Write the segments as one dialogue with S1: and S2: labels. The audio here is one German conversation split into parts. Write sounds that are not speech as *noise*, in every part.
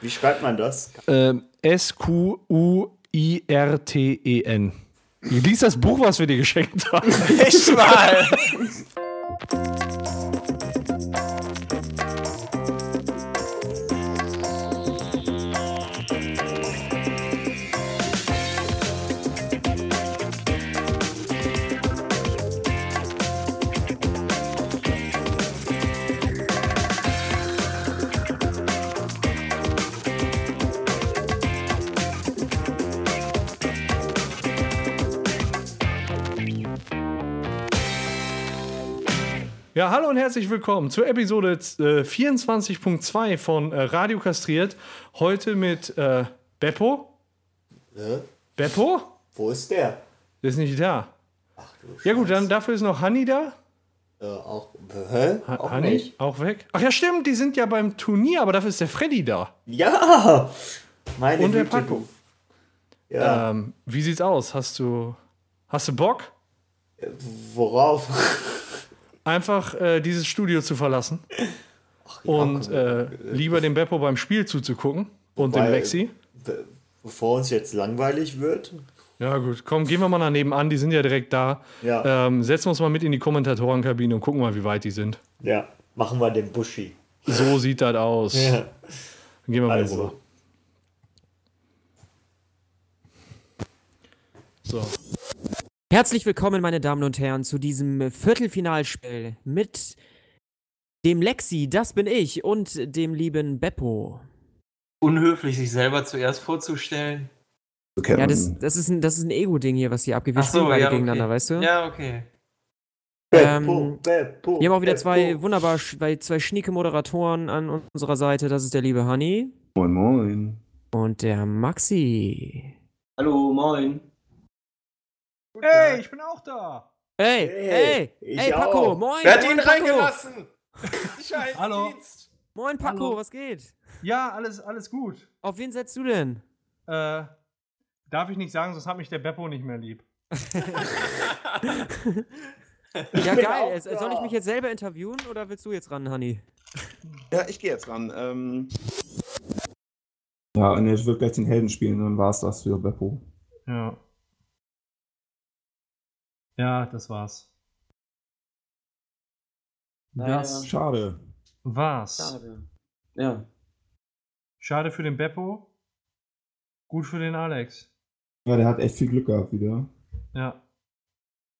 S1: Wie schreibt man das?
S2: Ähm, S-Q-U-I-R-T-E-N. E Lies das Buch, was wir dir geschenkt haben.
S3: *laughs* Echt mal!
S2: Ja, hallo und herzlich willkommen zur Episode äh, 24.2 von äh, Radio Kastriert. Heute mit äh, Beppo.
S1: Hä?
S2: Beppo?
S1: Wo ist der?
S2: Der ist nicht da.
S1: Ach du
S2: Ja gut, dann dafür ist noch Hanni da.
S1: Scheiße. Äh, auch. Hä?
S2: Ha
S1: auch
S2: Hanni?
S1: nicht?
S2: Auch weg. Ach ja, stimmt, die sind ja beim Turnier, aber dafür ist der Freddy da.
S1: Ja! Meine
S2: Und der
S1: Güte, du-
S2: Paco.
S1: Ja.
S2: Ähm, wie sieht's aus? Hast du, hast du Bock,
S1: Worauf? *laughs*
S2: einfach äh, dieses Studio zu verlassen und äh, lieber dem Beppo beim Spiel zuzugucken und dem
S1: Weil-
S2: Lexi?
S1: Be bevor uns jetzt langweilig wird.
S2: Ja gut, komm, gehen wir mal daneben an, die sind ja direkt da.
S4: Äh.
S1: Ja.
S2: Ähm, setzen wir uns mal mit in die Kommentatorenkabine und gucken mal, wie weit die sind.
S1: Ja. Machen wir den
S4: *laughs*
S1: Buschi.
S2: So sieht das aus.
S4: Ähm,
S1: Ja.
S2: Dann gehen wir mal rüber.
S1: Also.
S2: So.
S4: Herzlich willkommen, meine Damen und Herren, zu diesem Viertelfinalspiel mit dem Lexi, das bin ich, und dem lieben Beppo.
S3: Unhöflich, sich selber zuerst vorzustellen.
S4: Ja, das, das ist ein, das ist ein Ego-Ding hier, was hier abgeht. Wir
S3: Ach so,
S4: spielen beide
S3: ja, okay.
S4: gegeneinander, weißt du?
S3: Ja, okay.
S4: Ähm,
S1: Beppo,
S4: Wir haben auch
S3: äh,
S4: wieder zwei
S3: oh.
S1: Beppo.
S4: wunderbar, sch- zwei, zwei schnieke Moderatoren an unserer Seite. Das ist der liebe Honey
S5: Moin, moin.
S4: und der Maxi.
S6: Hallo, moin.
S2: Hey, ich bin auch da.
S4: Ey,
S1: Hey,
S4: ey,
S1: ich
S4: ey, Paco,
S1: auch.
S4: moin.
S3: Wer hat
S4: moin,
S3: ihn
S4: Paco.
S3: reingelassen? Scheiß
S2: Hallo.
S3: Dienst.
S4: Moin, Paco,
S2: Hallo.
S4: was geht?
S2: Ja, alles, alles gut.
S4: Auf wen setzt du denn?
S2: Äh, darf ich nicht sagen, sonst hat mich der Beppo nicht mehr lieb.
S4: Ja,
S1: bin
S4: geil.
S1: auch
S4: Es- Soll ich
S1: da.
S4: mich jetzt selber interviewen oder willst du jetzt ran, Honey?
S5: Ja, ich gehe jetzt ran. Ähm. Ja, und ich würde gleich den Helden spielen, dann war es das für Beppo.
S2: Ja. Ja, das war's.
S6: Leider.
S2: Das
S5: Schade.
S2: war's.
S6: Schade. Ja.
S2: Schade für den Beppo. Gut für den Alex.
S5: Ja, der hat echt viel Glück gehabt wieder.
S2: Ja.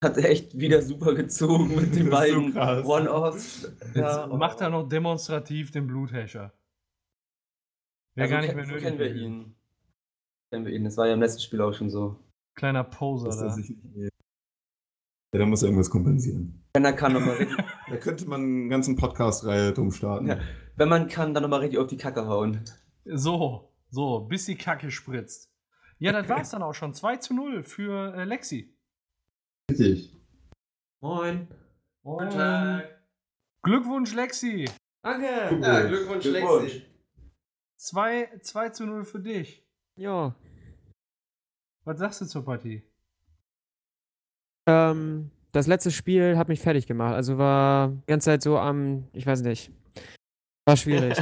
S6: Hat echt wieder super gezogen mit den
S5: Das ist so
S6: beiden
S5: krass.
S6: One-Offs.
S2: Jetzt macht er noch demonstrativ den Bluthäscher. Wäre
S6: Also
S2: gar nicht
S6: ke-
S2: mehr
S6: so
S2: nötig.
S6: kennen wir
S2: gewesen.
S6: ihn. Kennen wir ihn. Das war ja im letzten Spiel auch schon so.
S2: Kleiner Poser
S5: Dass er
S2: da.
S5: sich nicht mehr- Ja, da muss er irgendwas kompensieren.
S6: Wenn er kann, nochmal richtig.
S3: *laughs*
S5: Da könnte man einen ganzen Podcast-Reihe drum starten.
S6: Ja. Wenn man kann, dann nochmal richtig auf die Kacke hauen.
S2: So, so, bis die Kacke spritzt. Ja, das war's dann auch schon. 2 zu 0 für äh, Lexi.
S5: Richtig.
S6: Moin.
S3: Guten Tag.
S2: Glückwunsch, Lexi.
S4: Danke.
S3: Ja, Glückwunsch, Lexi.
S2: 2, 2 zu 0 für dich.
S4: Ja.
S2: Was sagst du zur Partie?
S4: Ähm, das letzte Spiel hat mich fertig gemacht. Also war die ganze Zeit so am, ich weiß nicht. War *laughs* schwierig.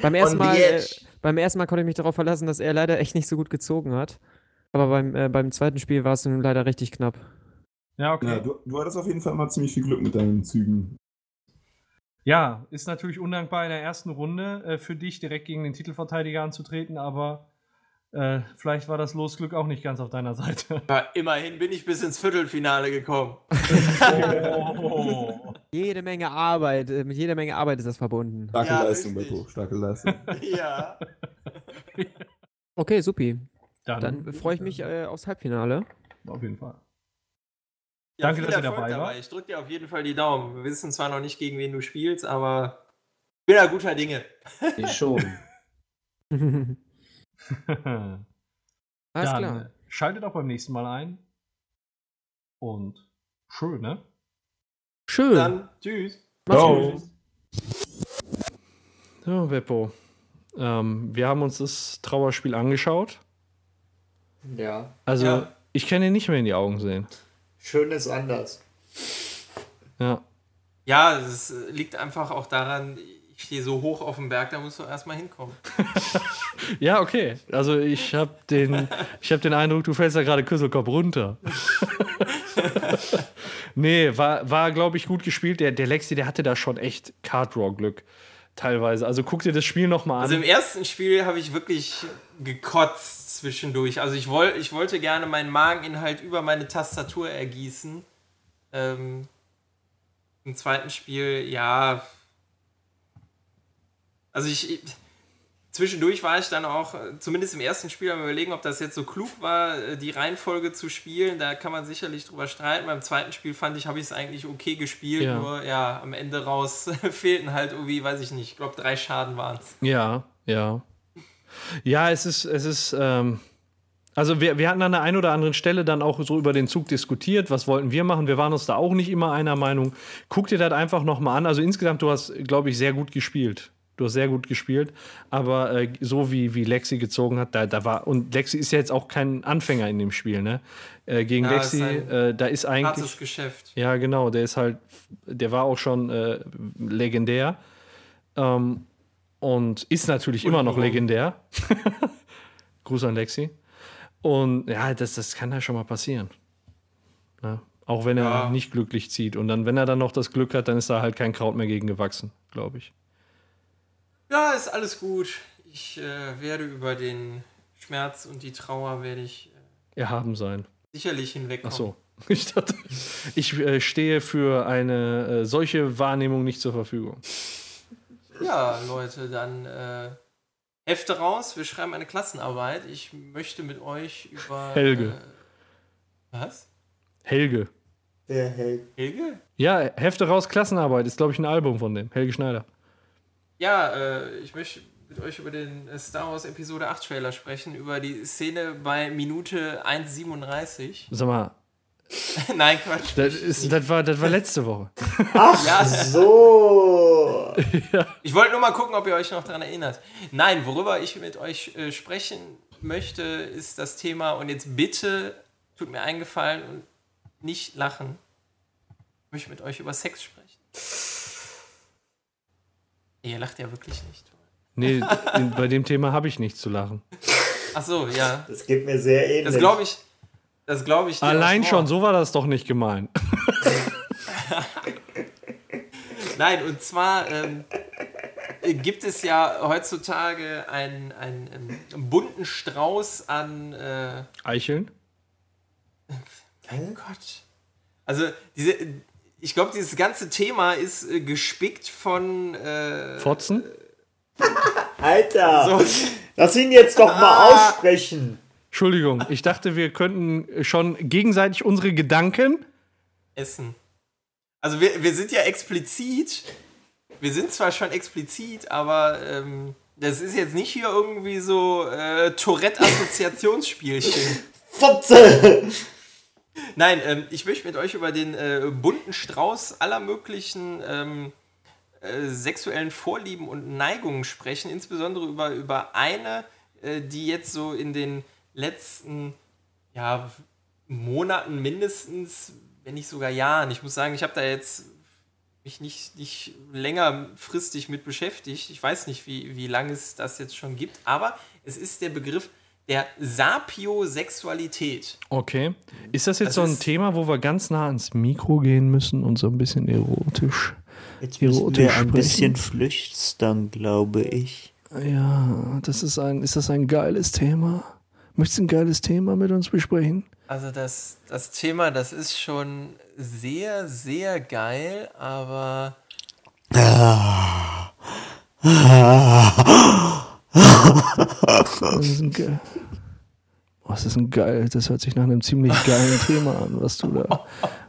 S4: beim, ersten
S6: On the
S4: Mal, äh,
S6: edge.
S4: beim ersten Mal konnte ich mich darauf verlassen, dass er leider echt nicht so gut gezogen hat. Aber beim, äh, beim zweiten Spiel war es nun leider richtig knapp.
S2: Ja, okay.
S5: Ja, du, du hattest auf jeden Fall mal ziemlich viel Glück mit deinen Zügen.
S2: Ja, ist natürlich undankbar in der ersten Runde äh, für dich direkt gegen den Titelverteidiger anzutreten, aber äh, vielleicht war das Losglück auch nicht ganz auf deiner
S3: *laughs*
S2: Seite.
S3: Aber immerhin bin ich bis ins Viertelfinale gekommen.
S2: Oh.
S4: Jede Menge Arbeit, äh, mit jeder Menge Arbeit ist das verbunden.
S5: Starke
S3: Ja,
S5: Leistung,
S3: richtig.
S5: Beppo. Starke Leistung.
S3: *laughs* Ja.
S4: Okay, supi.
S2: Dann,
S4: Dann freue ich mich äh, aufs *laughs* Halbfinale.
S2: auf jeden Fall. *laughs*
S3: Ja,
S2: Danke,
S3: viel
S2: dass ihr
S3: Erfolg
S2: dabei wart.
S3: Ich drücke dir auf jeden Fall die Daumen. Wir wissen zwar noch nicht, gegen wen du spielst, aber ich bin da guter Dinge.
S6: Ich schon.
S4: Alles
S2: Dann
S4: klar.
S2: äh, schaltet auch beim nächsten Mal ein. Und schön, ne?
S4: Schön.
S3: Dann tschüss.
S4: Mach's
S5: Ciao.
S4: gut.
S2: So, Beppo. Ähm, wir haben uns das Trauerspiel angeschaut.
S1: Ja.
S2: Also,
S3: Ja.
S2: ich kann dir nicht mehr in die Augen sehen.
S1: Schön ist anders.
S2: Ja.
S3: Ja, äh, es liegt einfach auch daran, ich stehe so hoch auf dem Berg, da musst du erstmal hinkommen.
S2: Ja, okay. Also ich habe den, ich hab den Eindruck, du fällst ja gerade Küsselkopf runter. *laughs* nee, war, war glaube ich, gut gespielt. Der, der Lexi, der hatte da schon echt Card-Draw-Glück teilweise. Also guck dir das Spiel nochmal an.
S3: Also im ersten Spiel habe ich wirklich gekotzt zwischendurch. Also ich, woll, ich wollte gerne meinen Mageninhalt über meine Tastatur ergießen. Ähm, Im zweiten Spiel, ja. Also ich, ich. Zwischendurch war ich dann auch, äh, zumindest im ersten Spiel, am überlegen, ob das jetzt so klug war, äh, die Reihenfolge zu spielen. Da kann man sicherlich drüber streiten. Beim zweiten Spiel fand ich, habe ich es eigentlich okay gespielt.
S2: Ja.
S3: Nur ja, am Ende raus *laughs* fehlten halt irgendwie, weiß ich nicht, ich glaube drei Schaden waren es.
S2: Ja, ja. Ja, es ist, es ist, ähm, also wir, wir hatten an der einen oder anderen Stelle dann auch so über den Zug diskutiert, was wollten wir machen. Wir waren uns da auch nicht immer einer Meinung. Guck dir das einfach nochmal an. Also insgesamt, du hast, glaube ich, sehr gut gespielt. Du hast sehr gut gespielt, aber äh, so wie, wie Lexi gezogen hat, da, da war, und Lexi ist ja jetzt auch kein Anfänger in dem Spiel, ne? Äh, gegen
S3: Ja,
S2: Lexi,
S3: ist ein
S2: äh, da ist eigentlich.
S3: Hartes Geschäft.
S2: Ja, genau, der ist halt, der war auch schon äh, legendär ähm, und ist natürlich immer noch
S3: warum?
S2: legendär. *laughs* Gruß an Lexi. Und ja, das, das kann ja schon mal passieren. Ja, auch wenn er
S3: Ja.
S2: nicht glücklich zieht. Und dann, wenn er dann noch das Glück hat, dann ist da halt kein Kraut mehr gegen gewachsen, glaube ich.
S3: Ja, ist alles gut. Ich äh, werde über den Schmerz und die Trauer werde ich äh,
S2: Erhaben sein.
S3: sicherlich hinwegkommen.
S2: Ach so. Ich dachte, ich äh, stehe für eine äh, solche Wahrnehmung nicht zur Verfügung.
S3: Ja, Leute, dann äh, Hefte raus. Wir schreiben eine Klassenarbeit. Ich möchte mit euch über.
S2: Helge.
S3: Äh, was?
S2: Helge.
S1: Der Held.
S3: Helge?
S2: Ja, Hefte raus, Klassenarbeit ist, glaube ich, ein Album von dem. Helge Schneider.
S3: Ja, äh, ich möchte mit euch über den äh, Star Wars Episode 8 Trailer sprechen, über die Szene bei Minute 1,37.
S2: Sag mal,
S3: *laughs* Nein, Quatsch.
S2: das, ist, das, war, das war letzte Woche.
S1: So.
S3: Ich wollte nur mal gucken, ob ihr euch noch daran erinnert. Nein, worüber ich mit euch äh, sprechen möchte, ist das Thema, und jetzt bitte, tut mir eingefallen und nicht lachen, ich möchte mit euch über Sex sprechen. Ihr lacht ja wirklich nicht.
S2: Nee, in, bei dem Thema habe ich nichts zu lachen.
S3: Ach so, ja.
S1: Das geht mir sehr ähnlich.
S3: Das glaube ich. Das glaube ich. dir
S2: Allein
S3: auch
S2: schon, so war das doch nicht gemeint.
S3: Nein, und zwar ähm, äh, gibt es ja heutzutage einen, einen, ähm, bunten Strauß an. Äh,
S2: Eicheln?
S3: Mein Gott. Also, diese, ich glaube, dieses ganze Thema ist äh, gespickt von. Äh,
S2: Fotzen?
S1: Alter.
S3: so, Ah.
S1: Lass ihn jetzt doch mal aussprechen.
S2: Entschuldigung, ich dachte, wir könnten schon gegenseitig unsere Gedanken.
S3: *laughs* Essen. Also, wir, wir sind ja explizit. Wir sind zwar schon explizit, aber ähm, das ist jetzt nicht hier irgendwie so äh, Tourette-Assoziationsspielchen.
S1: Fotze.
S3: Nein, ähm, ich möchte mit euch über den äh, bunten Strauß aller möglichen ähm, äh, sexuellen Vorlieben und Neigungen sprechen, insbesondere über, über eine, äh, die jetzt so in den letzten ja, Monaten mindestens, wenn nicht sogar Jahren, ich muss sagen, ich habe da jetzt mich nicht, nicht längerfristig mit beschäftigt. Ich weiß nicht, wie, wie lange es das jetzt schon gibt, aber es ist der Begriff der Sapiosexualität.
S2: Okay. Ist das jetzt
S3: Das
S2: so ein
S3: ist-
S2: Thema, wo wir ganz nah ans Mikro gehen müssen und so ein bisschen erotisch?
S1: Jetzt
S2: müssen wir Erotisch ein bisschen
S1: flüstern, glaube ich.
S2: Ja, das ist ein, ist das ein geiles Thema? Möchtest du ein geiles Thema mit uns besprechen?
S3: Also das, das Thema, das ist schon sehr, sehr geil, aber
S2: Das ist ein geil. Oh, das ist ein geil. Das hört sich nach einem ziemlich *laughs* geilen Thema an, was du da,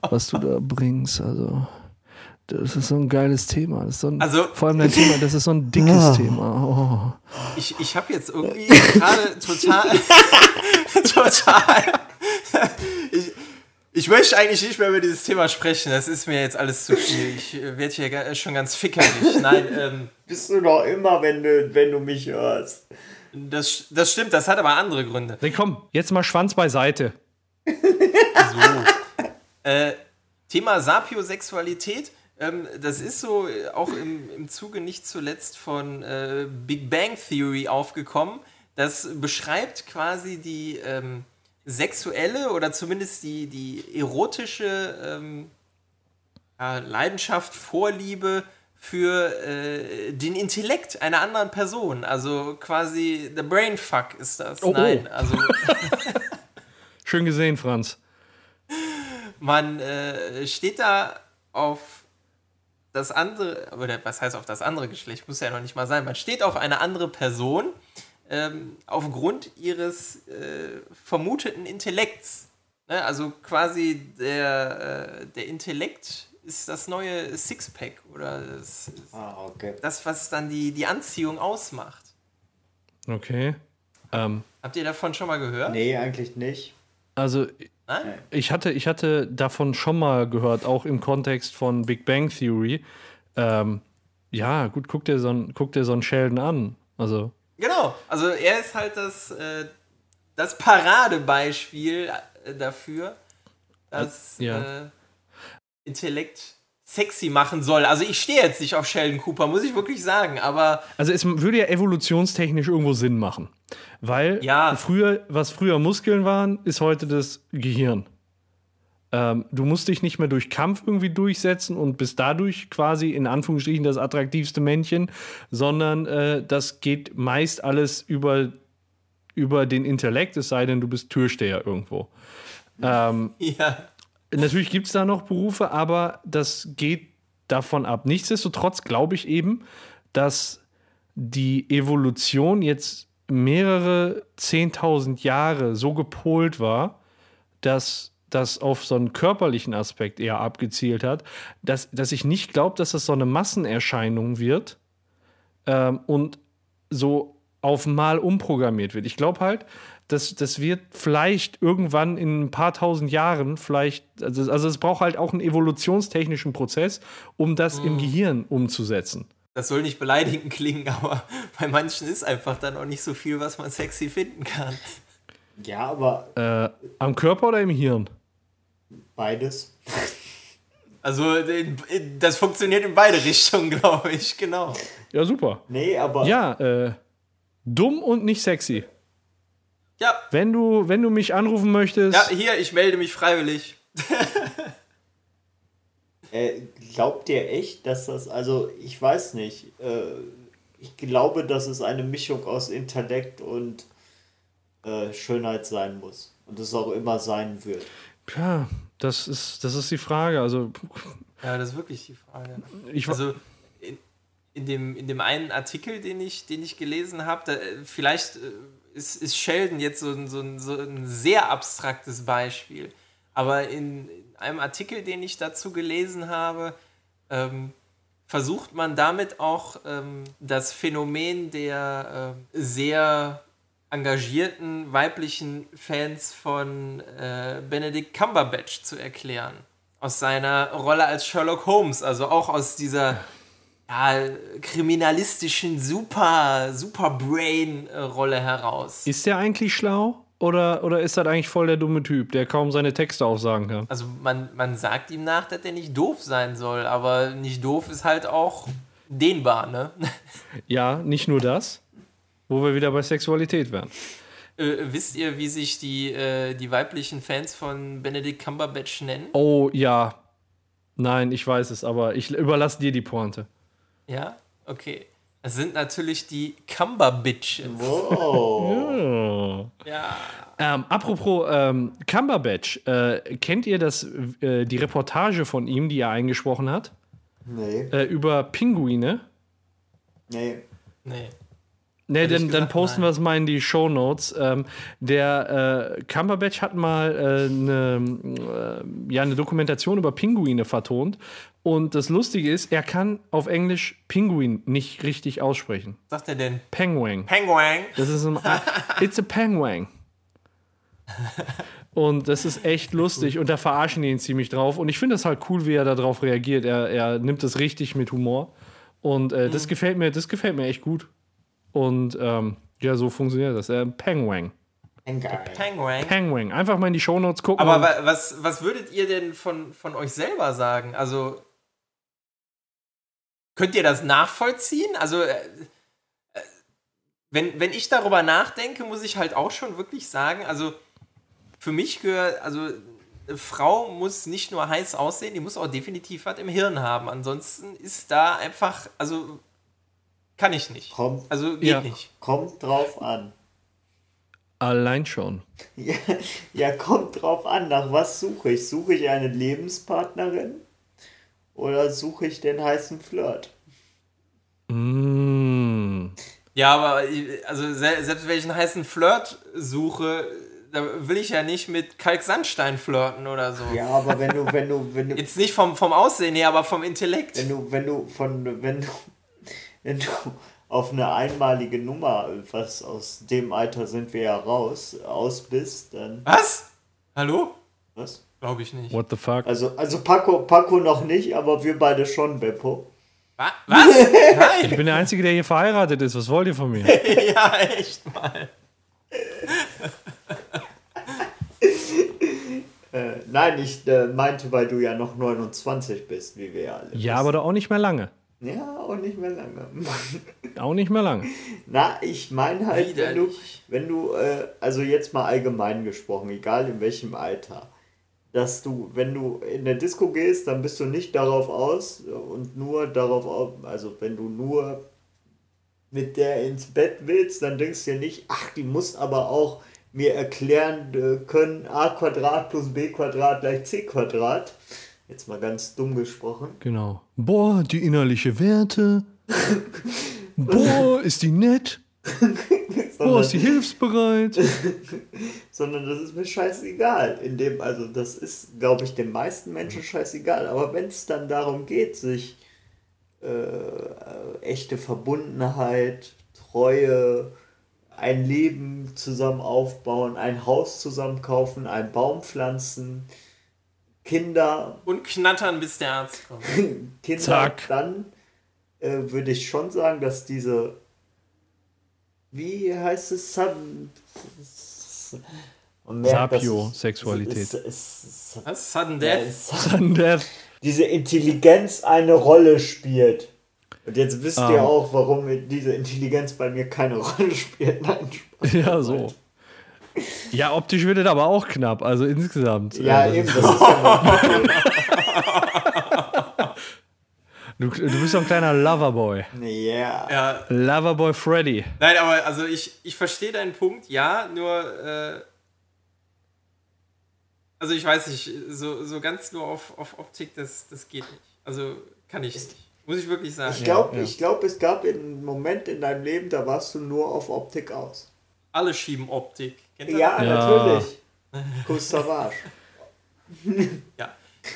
S2: was du da bringst. Also, das ist so ein geiles Thema. Das ist so ein,
S3: Also-
S2: vor allem dein Thema, das ist so ein *laughs* dickes Thema. Oh.
S3: ich, ich habe jetzt irgendwie gerade total, *laughs* total, ich, ich möchte eigentlich nicht mehr über dieses Thema sprechen, das ist mir jetzt alles zu viel, ich werde hier ga- äh, schon ganz fickerig, nein, ähm,
S1: Bist du doch immer, wenn du, wenn du mich hörst.
S3: das, das stimmt, das hat aber andere Gründe.
S2: Nee, komm, jetzt mal Schwanz beiseite.
S3: Äh, Thema Sapiosexualität, ähm, das ist so äh, auch im, im Zuge nicht zuletzt von äh, Big Bang Theory aufgekommen. Das beschreibt quasi die ähm, sexuelle oder zumindest die, die erotische ähm, ja, Leidenschaft, Vorliebe für äh, den Intellekt einer anderen Person. Also quasi der Brainfuck ist das.
S2: Oh, oh.
S3: Nein, also
S2: Schön gesehen, Franz.
S3: man äh, steht da auf das andere, oder was heißt auf das andere Geschlecht, muss ja noch nicht mal sein, man steht auf eine andere Person ähm, aufgrund ihres äh, vermuteten Intellekts. Ne? Also quasi der, äh, der Intellekt ist das neue Sixpack oder das,
S1: Ah, okay.
S3: das was dann die, die Anziehung ausmacht.
S2: Okay. Ähm,
S3: Habt ihr davon schon mal gehört?
S1: Nee, eigentlich nicht.
S2: also
S3: Nein?
S2: ich hatte, ich hatte davon schon mal gehört, auch im Kontext von Big Bang Theory. Ähm, ja, gut, guck dir, so einen, guck dir so einen Sheldon an. Also,
S3: Genau, also er ist halt das, äh, das Paradebeispiel äh, dafür, dass
S2: ja.
S3: äh, Intellekt sexy machen soll. Also ich stehe jetzt nicht auf Sheldon Cooper, muss ich wirklich sagen, aber
S2: also es würde ja evolutionstechnisch irgendwo Sinn machen. Weil
S3: Ja. *laughs*
S2: früher, was früher Muskeln waren, ist heute das Gehirn. Ähm, du musst dich nicht mehr durch Kampf irgendwie durchsetzen und bist dadurch quasi in Anführungsstrichen das attraktivste Männchen, sondern äh, das geht meist alles über, über den Intellekt, es sei denn, du bist Türsteher irgendwo. Ähm,
S3: ja,
S2: Natürlich gibt es da noch Berufe, aber das geht davon ab. Nichtsdestotrotz glaube ich eben, dass die Evolution jetzt mehrere 10.000 Jahre so gepolt war, dass das auf so einen körperlichen Aspekt eher abgezielt hat, dass, dass ich nicht glaube, dass das so eine Massenerscheinung wird ähm, und so auf Mal umprogrammiert wird. Ich glaube halt, das, das wird vielleicht irgendwann in ein paar tausend Jahren vielleicht, also, also es braucht halt auch einen evolutionstechnischen Prozess, um das im Gehirn umzusetzen.
S3: das soll nicht beleidigend klingen, aber bei manchen ist einfach dann auch nicht so viel, was man sexy finden kann.
S1: Ja, aber
S2: Äh, am Körper oder im Hirn?
S1: beides.
S3: Also in- in- das funktioniert in beide Richtungen, *laughs* glaube ich, genau.
S2: Ja, super.
S1: Nee, aber
S2: Ja, äh, dumm und nicht sexy.
S3: Ja,
S2: Wenn du, wenn du mich anrufen möchtest,
S3: ja, hier, ich melde mich freiwillig.
S1: äh, glaubt ihr echt, dass das, also ich weiß nicht, äh, ich glaube, dass es eine Mischung aus Intellekt und äh, Schönheit sein muss. Und es auch immer sein wird.
S2: ja, das ist, das ist die Frage. Also,
S3: Ja, das ist wirklich die Frage.
S2: ich
S3: Also in, in, dem, in dem einen Artikel, den ich, den ich gelesen habe, vielleicht äh, ist, ist Sheldon jetzt so ein, so, ein, so ein sehr abstraktes Beispiel. Aber in, in einem Artikel, den ich dazu gelesen habe, ähm, versucht man damit auch ähm, das Phänomen der ähm, sehr engagierten weiblichen Fans von äh, Benedict Cumberbatch zu erklären. Aus seiner Rolle als Sherlock Holmes, also auch aus dieser ja, kriminalistischen Super, Superbrain-Rolle heraus.
S2: ist der eigentlich schlau? Oder, oder ist das eigentlich voll der dumme Typ, der kaum seine Texte aufsagen kann?
S3: Also man, man sagt ihm nach, dass er nicht doof sein soll, aber nicht doof ist halt auch dehnbar, ne? *laughs*
S2: Ja, nicht nur das, wo wir wieder bei Sexualität wären.
S3: Äh, wisst ihr, wie sich die, äh, die weiblichen Fans von Benedict Cumberbatch nennen?
S2: Oh ja. Nein, ich weiß es, aber ich überlasse dir die Pointe.
S3: Ja? Okay. Es sind natürlich die Cumberbitches.
S1: Wow.
S3: Ja.
S2: Ähm, apropos ähm, Cumberbatch, äh, kennt ihr das, äh, die Reportage von ihm, die er eingesprochen hat,
S1: Nee,
S2: äh, über Pinguine?
S1: nee.
S3: Nee.
S2: Ne,
S3: Hätte ich
S2: dann, dann
S3: gesagt,
S2: posten
S3: nein.
S2: wir es mal in die Show Notes. Ähm, der äh, Cumberbatch hat mal äh, eine äh, ja, eine Dokumentation über Pinguine vertont. Und das Lustige ist, er kann auf Englisch Pinguin nicht richtig aussprechen.
S3: Was sagt er denn?
S2: Penguin.
S3: Penguin.
S2: Das ist ein. It's a penguin. Und das ist echt lustig und da verarschen die ihn ziemlich drauf. Und ich finde das halt cool, wie er darauf reagiert. Er, er nimmt das richtig mit Humor. Und äh,
S3: Mhm.
S2: das gefällt mir, das gefällt mir echt gut. Und ähm, ja, so funktioniert das. Äh, Penguin.
S1: Engeil.
S3: Penguin.
S2: Penguin. Einfach mal in die Shownotes gucken.
S3: Aber
S2: und-
S3: wa was, was würdet ihr denn von, von euch selber sagen? Also, könnt ihr das nachvollziehen? Also, äh, äh, wenn, wenn ich darüber nachdenke, muss ich halt auch schon wirklich sagen, also für mich gehört, also eine Frau muss nicht nur heiß aussehen, die muss auch definitiv was im Hirn haben. Ansonsten ist da einfach, also kann ich nicht.
S1: Kommt,
S3: Also geht
S2: Ja.
S3: nicht.
S1: kommt drauf an.
S2: Allein schon.
S1: Ja, ja, kommt drauf an, nach was suche ich? Suche ich eine Lebenspartnerin? Oder suche ich den heißen Flirt?
S2: Mm.
S3: Ja, aber äh, also se- selbst wenn ich einen heißen Flirt suche, da will ich ja nicht mit Kalksandstein flirten oder so.
S1: Ja, aber wenn du, wenn du, wenn du,
S3: Jetzt nicht vom, vom Aussehen her, aber vom Intellekt.
S1: wenn du, wenn du von, wenn du, wenn du auf eine einmalige Nummer, was aus dem Alter sind wir ja raus, aus bist, dann
S3: Was? Hallo?
S1: was?
S3: Glaube ich nicht.
S2: What the fuck?
S1: Also, also Paco, Paco noch nicht, aber wir beide schon, Beppo.
S3: Wa- Was?
S2: Ich
S3: Nein.
S2: bin der Einzige, der hier verheiratet ist. Was wollt ihr von mir?
S3: ja, echt mal.
S1: Äh, nein, ich äh, meinte, weil du ja noch 29 bist, wie wir ja alle.
S2: Ja, aber doch auch nicht mehr lange.
S1: Ja, auch nicht mehr lange.
S2: Auch nicht mehr lange.
S1: Na, ich meine halt, wenn du,
S3: Widerlich.
S1: wenn du, äh, also jetzt mal allgemein gesprochen, egal in welchem Alter, dass du, wenn du in der Disco gehst, dann bist du nicht darauf aus und nur darauf, au- also wenn du nur mit der ins Bett willst, dann denkst du dir nicht, ach, die muss aber auch mir erklären äh, können, a Quadrat plus b Quadrat gleich c Quadrat. Jetzt mal ganz dumm gesprochen.
S2: Genau. Boah, die innerliche Werte. Boah, ist die nett. Boah, ist die hilfsbereit.
S1: sondern das ist mir scheißegal. In dem, also das ist, glaube ich, den meisten Menschen scheißegal. Aber wenn es dann darum geht, sich äh, äh, echte Verbundenheit, Treue, ein Leben zusammen aufbauen, ein Haus zusammen kaufen, einen Baum pflanzen, Kinder,
S3: Und knattern, bis der Arzt kommt.
S1: Kinder,
S2: Zack.
S1: dann äh, würde ich schon sagen, dass diese, wie heißt es, Sub, Man merkt, dass ich-
S2: Sapiosexualität.
S1: es- es- es-
S3: Was? Sudden
S1: ja,
S3: Death?
S1: es-
S2: Sudden Death.
S1: diese Intelligenz eine Rolle spielt. Und jetzt wisst
S2: Ah.
S1: ihr auch, warum diese Intelligenz bei mir keine *laughs* Rolle spielt. Nein, Spaß.
S2: Ja, so. Ja, optisch wird es aber auch knapp, also insgesamt.
S1: Ja,
S2: also,
S1: eben, das ist ja
S2: Du, du bist doch ein kleiner Loverboy.
S1: yeah.
S3: Ja,
S2: Loverboy Freddy.
S3: nein, aber also ich, ich verstehe deinen Punkt, ja, nur äh, also ich weiß nicht, so, so ganz nur auf, auf Optik, das, das geht nicht. Also kann ich nicht. Muss ich wirklich sagen.
S1: Ich glaube,
S2: ja.
S1: ich glaub, es gab einen Moment in deinem Leben, da warst du nur auf Optik aus.
S3: Alle schieben Optik. Kennt ihr
S1: Ja,
S2: Ja.
S1: natürlich. Kustavage.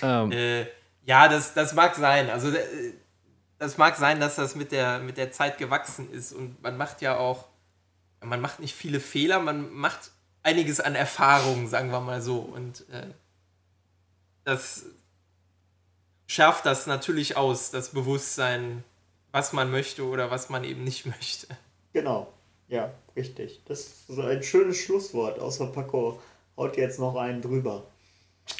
S2: Ähm,
S3: Äh, ja, das, das mag sein. Also äh, das mag sein, dass das mit der, mit der Zeit gewachsen ist. Und man macht ja auch, man macht nicht viele Fehler, man macht einiges an Erfahrungen, sagen wir mal so. Und äh, das schärft das natürlich aus, das Bewusstsein, was man möchte oder was man eben nicht *laughs* möchte.
S1: Genau. Ja, richtig. Das ist so ein schönes Schlusswort. Außer Paco haut jetzt noch einen drüber.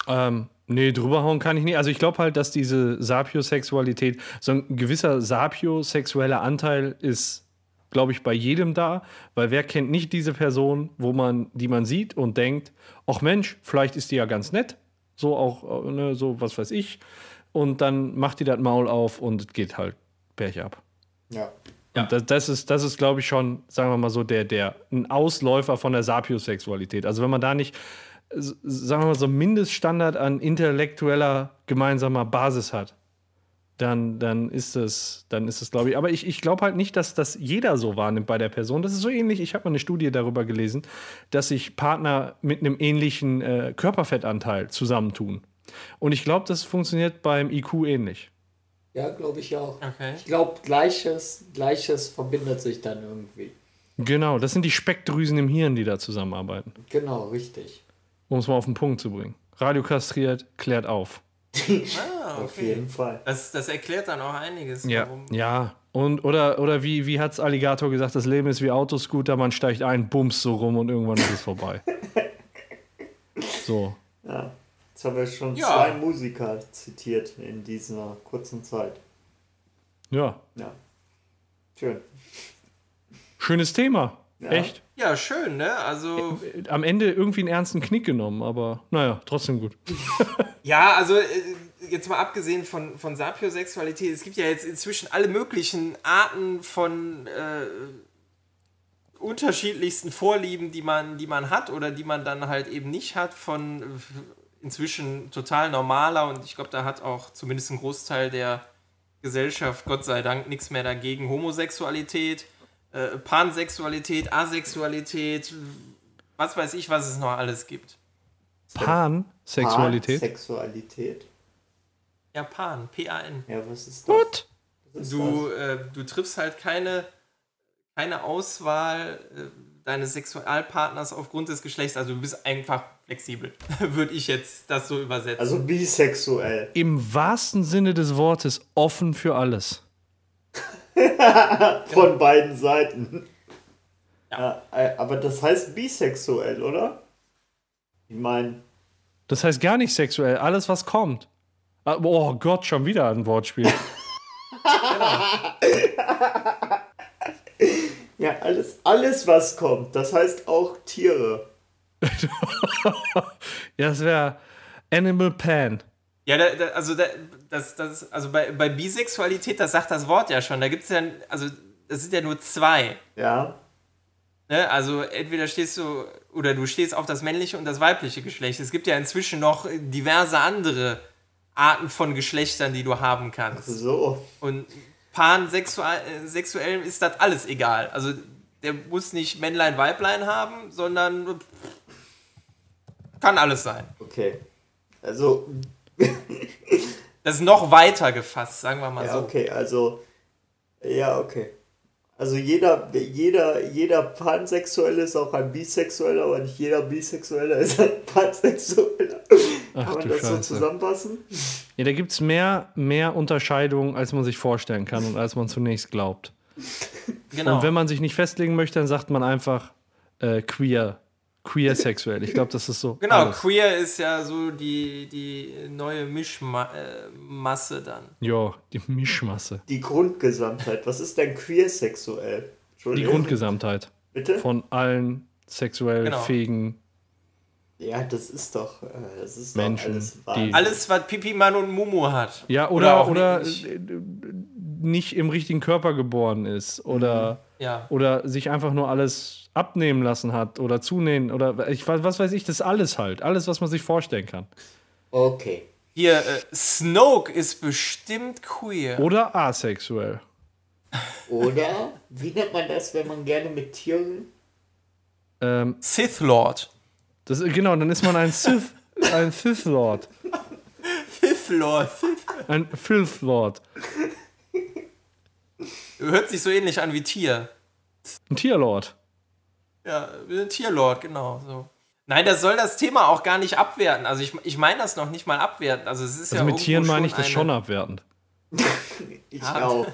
S2: ähm, nee, drüberhauen kann ich nicht. Also ich glaube halt, dass diese Sapiosexualität, so ein gewisser sapiosexueller Anteil ist, glaube ich, bei jedem da, weil wer kennt nicht diese Person, wo man, die man sieht und denkt, ach Mensch, vielleicht ist die ja ganz nett. So auch, äh, ne, so was weiß ich. Und dann macht die das Maul auf und es geht halt Pech ab.
S1: Ja.
S2: Und das, das ist, das ist glaube ich, schon, sagen wir mal so, der, der ein Ausläufer von der Sapiosexualität. Also wenn man da nicht, äh, s- sagen wir mal, so einen Mindeststandard an intellektueller gemeinsamer Basis hat, dann, dann ist es, dann ist es, glaube ich. Aber ich, ich glaube halt nicht, dass das jeder so wahrnimmt bei der Person. Das ist so ähnlich. Ich habe mal eine Studie darüber gelesen, dass sich Partner mit einem ähnlichen äh, Körperfettanteil zusammentun. Und ich glaube, das funktioniert beim IQ ähnlich.
S1: Ja, glaube ich auch.
S3: Okay.
S1: Ich glaube, gleiches, gleiches verbindet sich dann irgendwie.
S2: Genau, das sind die Speckdrüsen im Hirn, die da zusammenarbeiten.
S1: Genau, richtig.
S2: um es mal auf den Punkt zu bringen. Radio kastriert, klärt auf.
S3: Ah,
S1: Auf jeden Fall.
S3: Das, das erklärt dann auch einiges. warum-
S2: Ja. Und, oder, oder wie, wie hat's Alligator gesagt, das Leben ist wie Autoscooter, man steigt ein, bums so rum und irgendwann ist es vorbei. So.
S1: Ja. Jetzt haben wir schon
S3: Ja.
S1: zwei Musiker zitiert in dieser kurzen Zeit.
S2: Ja.
S1: Ja. Schön.
S2: Schönes Thema. Echt.
S3: Ja, schön, ne? Also,
S2: Am Ende irgendwie einen ernsten Knick genommen, aber naja, trotzdem gut.
S3: ja, also äh, jetzt mal abgesehen von, von Sapiosexualität, es gibt ja jetzt inzwischen alle möglichen Arten von äh, unterschiedlichsten Vorlieben, die man, die man hat oder die man dann halt eben nicht hat, von äh, inzwischen total normaler und ich glaube, da hat auch zumindest ein Großteil der Gesellschaft, Gott sei Dank, nichts mehr dagegen. Homosexualität, äh, Pansexualität, Asexualität, was weiß ich, was es noch alles gibt.
S2: Pansexualität.
S1: Sexualität.
S3: Ja, Pan, P-A-N.
S1: Ja, was ist das?
S2: Gut.
S1: Was ist
S3: Du, äh, du triffst halt keine, keine Auswahl äh, deines Sexualpartners aufgrund des Geschlechts. Also du bist einfach flexibel, *laughs* würde ich jetzt das so übersetzen.
S1: das? Also bisexuell.
S2: Im wahrsten Sinne des Wortes offen für alles.
S1: Von beiden Seiten. Ja. äh, aber das heißt bisexuell, oder? Ich meine,
S2: Das heißt gar nicht sexuell, alles was kommt. Ah, Oh Gott, schon wieder ein Wortspiel.
S1: ja, alles, alles, was kommt. Das heißt auch Tiere.
S2: Ja, das wäre Animal Pan.
S3: Ja, da, da, also da, das, das, also bei, bei Bisexualität, das sagt das Wort ja schon. Da gibt es ja, also das sind ja nur zwei.
S1: Ja.
S3: Ne? Also entweder stehst du oder du stehst auf das männliche und das weibliche Geschlecht. Es gibt ja inzwischen noch diverse andere Arten von Geschlechtern, die du haben kannst.
S1: So.
S3: Und pansexuell ist das alles egal. Also der muss nicht Männlein, Weiblein haben, sondern kann alles sein.
S1: Okay. Also,
S3: Das ist noch weiter gefasst, sagen wir mal
S1: ja,
S3: so.
S1: okay, also. Ja, okay. Also jeder, jeder, jeder Pansexuelle ist auch ein Bisexueller, aber nicht jeder Bisexueller ist ein *laughs* Pansexueller.
S2: Ach
S1: Kann man
S2: du
S1: das so
S2: Scheiße.
S1: zusammenfassen?
S2: Ja, da gibt es mehr, mehr Unterscheidungen, als man sich vorstellen kann und als man zunächst glaubt.
S3: Genau.
S2: Und wenn man sich nicht festlegen möchte, dann sagt man einfach äh, queer. Queer sexuell. Ich glaube, das ist so.
S3: Genau,
S2: alles.
S3: queer ist ja so die, die neue Mischmasse dann.
S2: Ja, die Mischmasse.
S1: Die Grundgesamtheit. Was ist denn queersexuell?
S2: Die
S1: Entschuldigung,
S2: Grundgesamtheit
S1: Bitte?
S2: von allen sexuell
S3: Genau.
S2: fähigen.
S1: ja, das ist doch, äh, das ist doch
S2: Menschen,
S1: alles
S2: die-
S1: wahr.
S3: Alles, was Pipi Mann und Mumu hat.
S2: Ja,
S3: Oder
S2: oder,
S3: auch
S2: oder,
S3: nicht.
S2: äh, nicht im richtigen Körper geboren ist
S3: Mhm.
S2: oder,
S3: Ja.
S2: oder sich einfach nur alles abnehmen lassen hat oder zunähen oder ich, weiß- was weiß ich, das alles halt. Alles, was man sich vorstellen kann.
S1: Okay.
S3: Hier, äh, Snoke ist bestimmt queer.
S2: Oder asexuell.
S1: Oder, wie nennt man das, wenn man gerne mit Tieren?
S2: Ähm,
S3: Sith Lord.
S2: das, genau, dann ist man ein
S3: *laughs*
S2: Sith, ein Sith Lord.
S3: Sith Lord. Sith.
S2: Ein Filth Lord.
S3: Hört sich so ähnlich an wie Tier.
S2: Ein Tierlord.
S3: Ja, wir sind Tierlord, genau. So. Nein, das soll das Thema auch gar nicht abwerten. Also ich, ich meine das noch nicht mal abwerten. Also es ist
S2: Also
S3: ja
S2: mit
S3: irgendwo
S2: Tieren meine ich das
S3: eine-
S2: schon abwertend.
S1: Ich
S3: Ah.
S1: auch.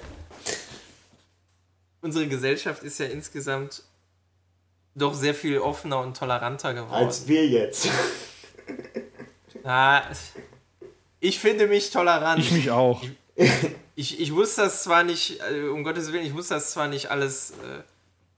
S3: Unsere Gesellschaft ist ja insgesamt doch sehr viel offener und toleranter geworden.
S1: Als wir jetzt.
S3: Na, ich finde mich tolerant.
S2: Ich mich auch.
S3: ich, ich muss das zwar nicht, äh, um Gottes Willen, ich muss das zwar nicht alles äh,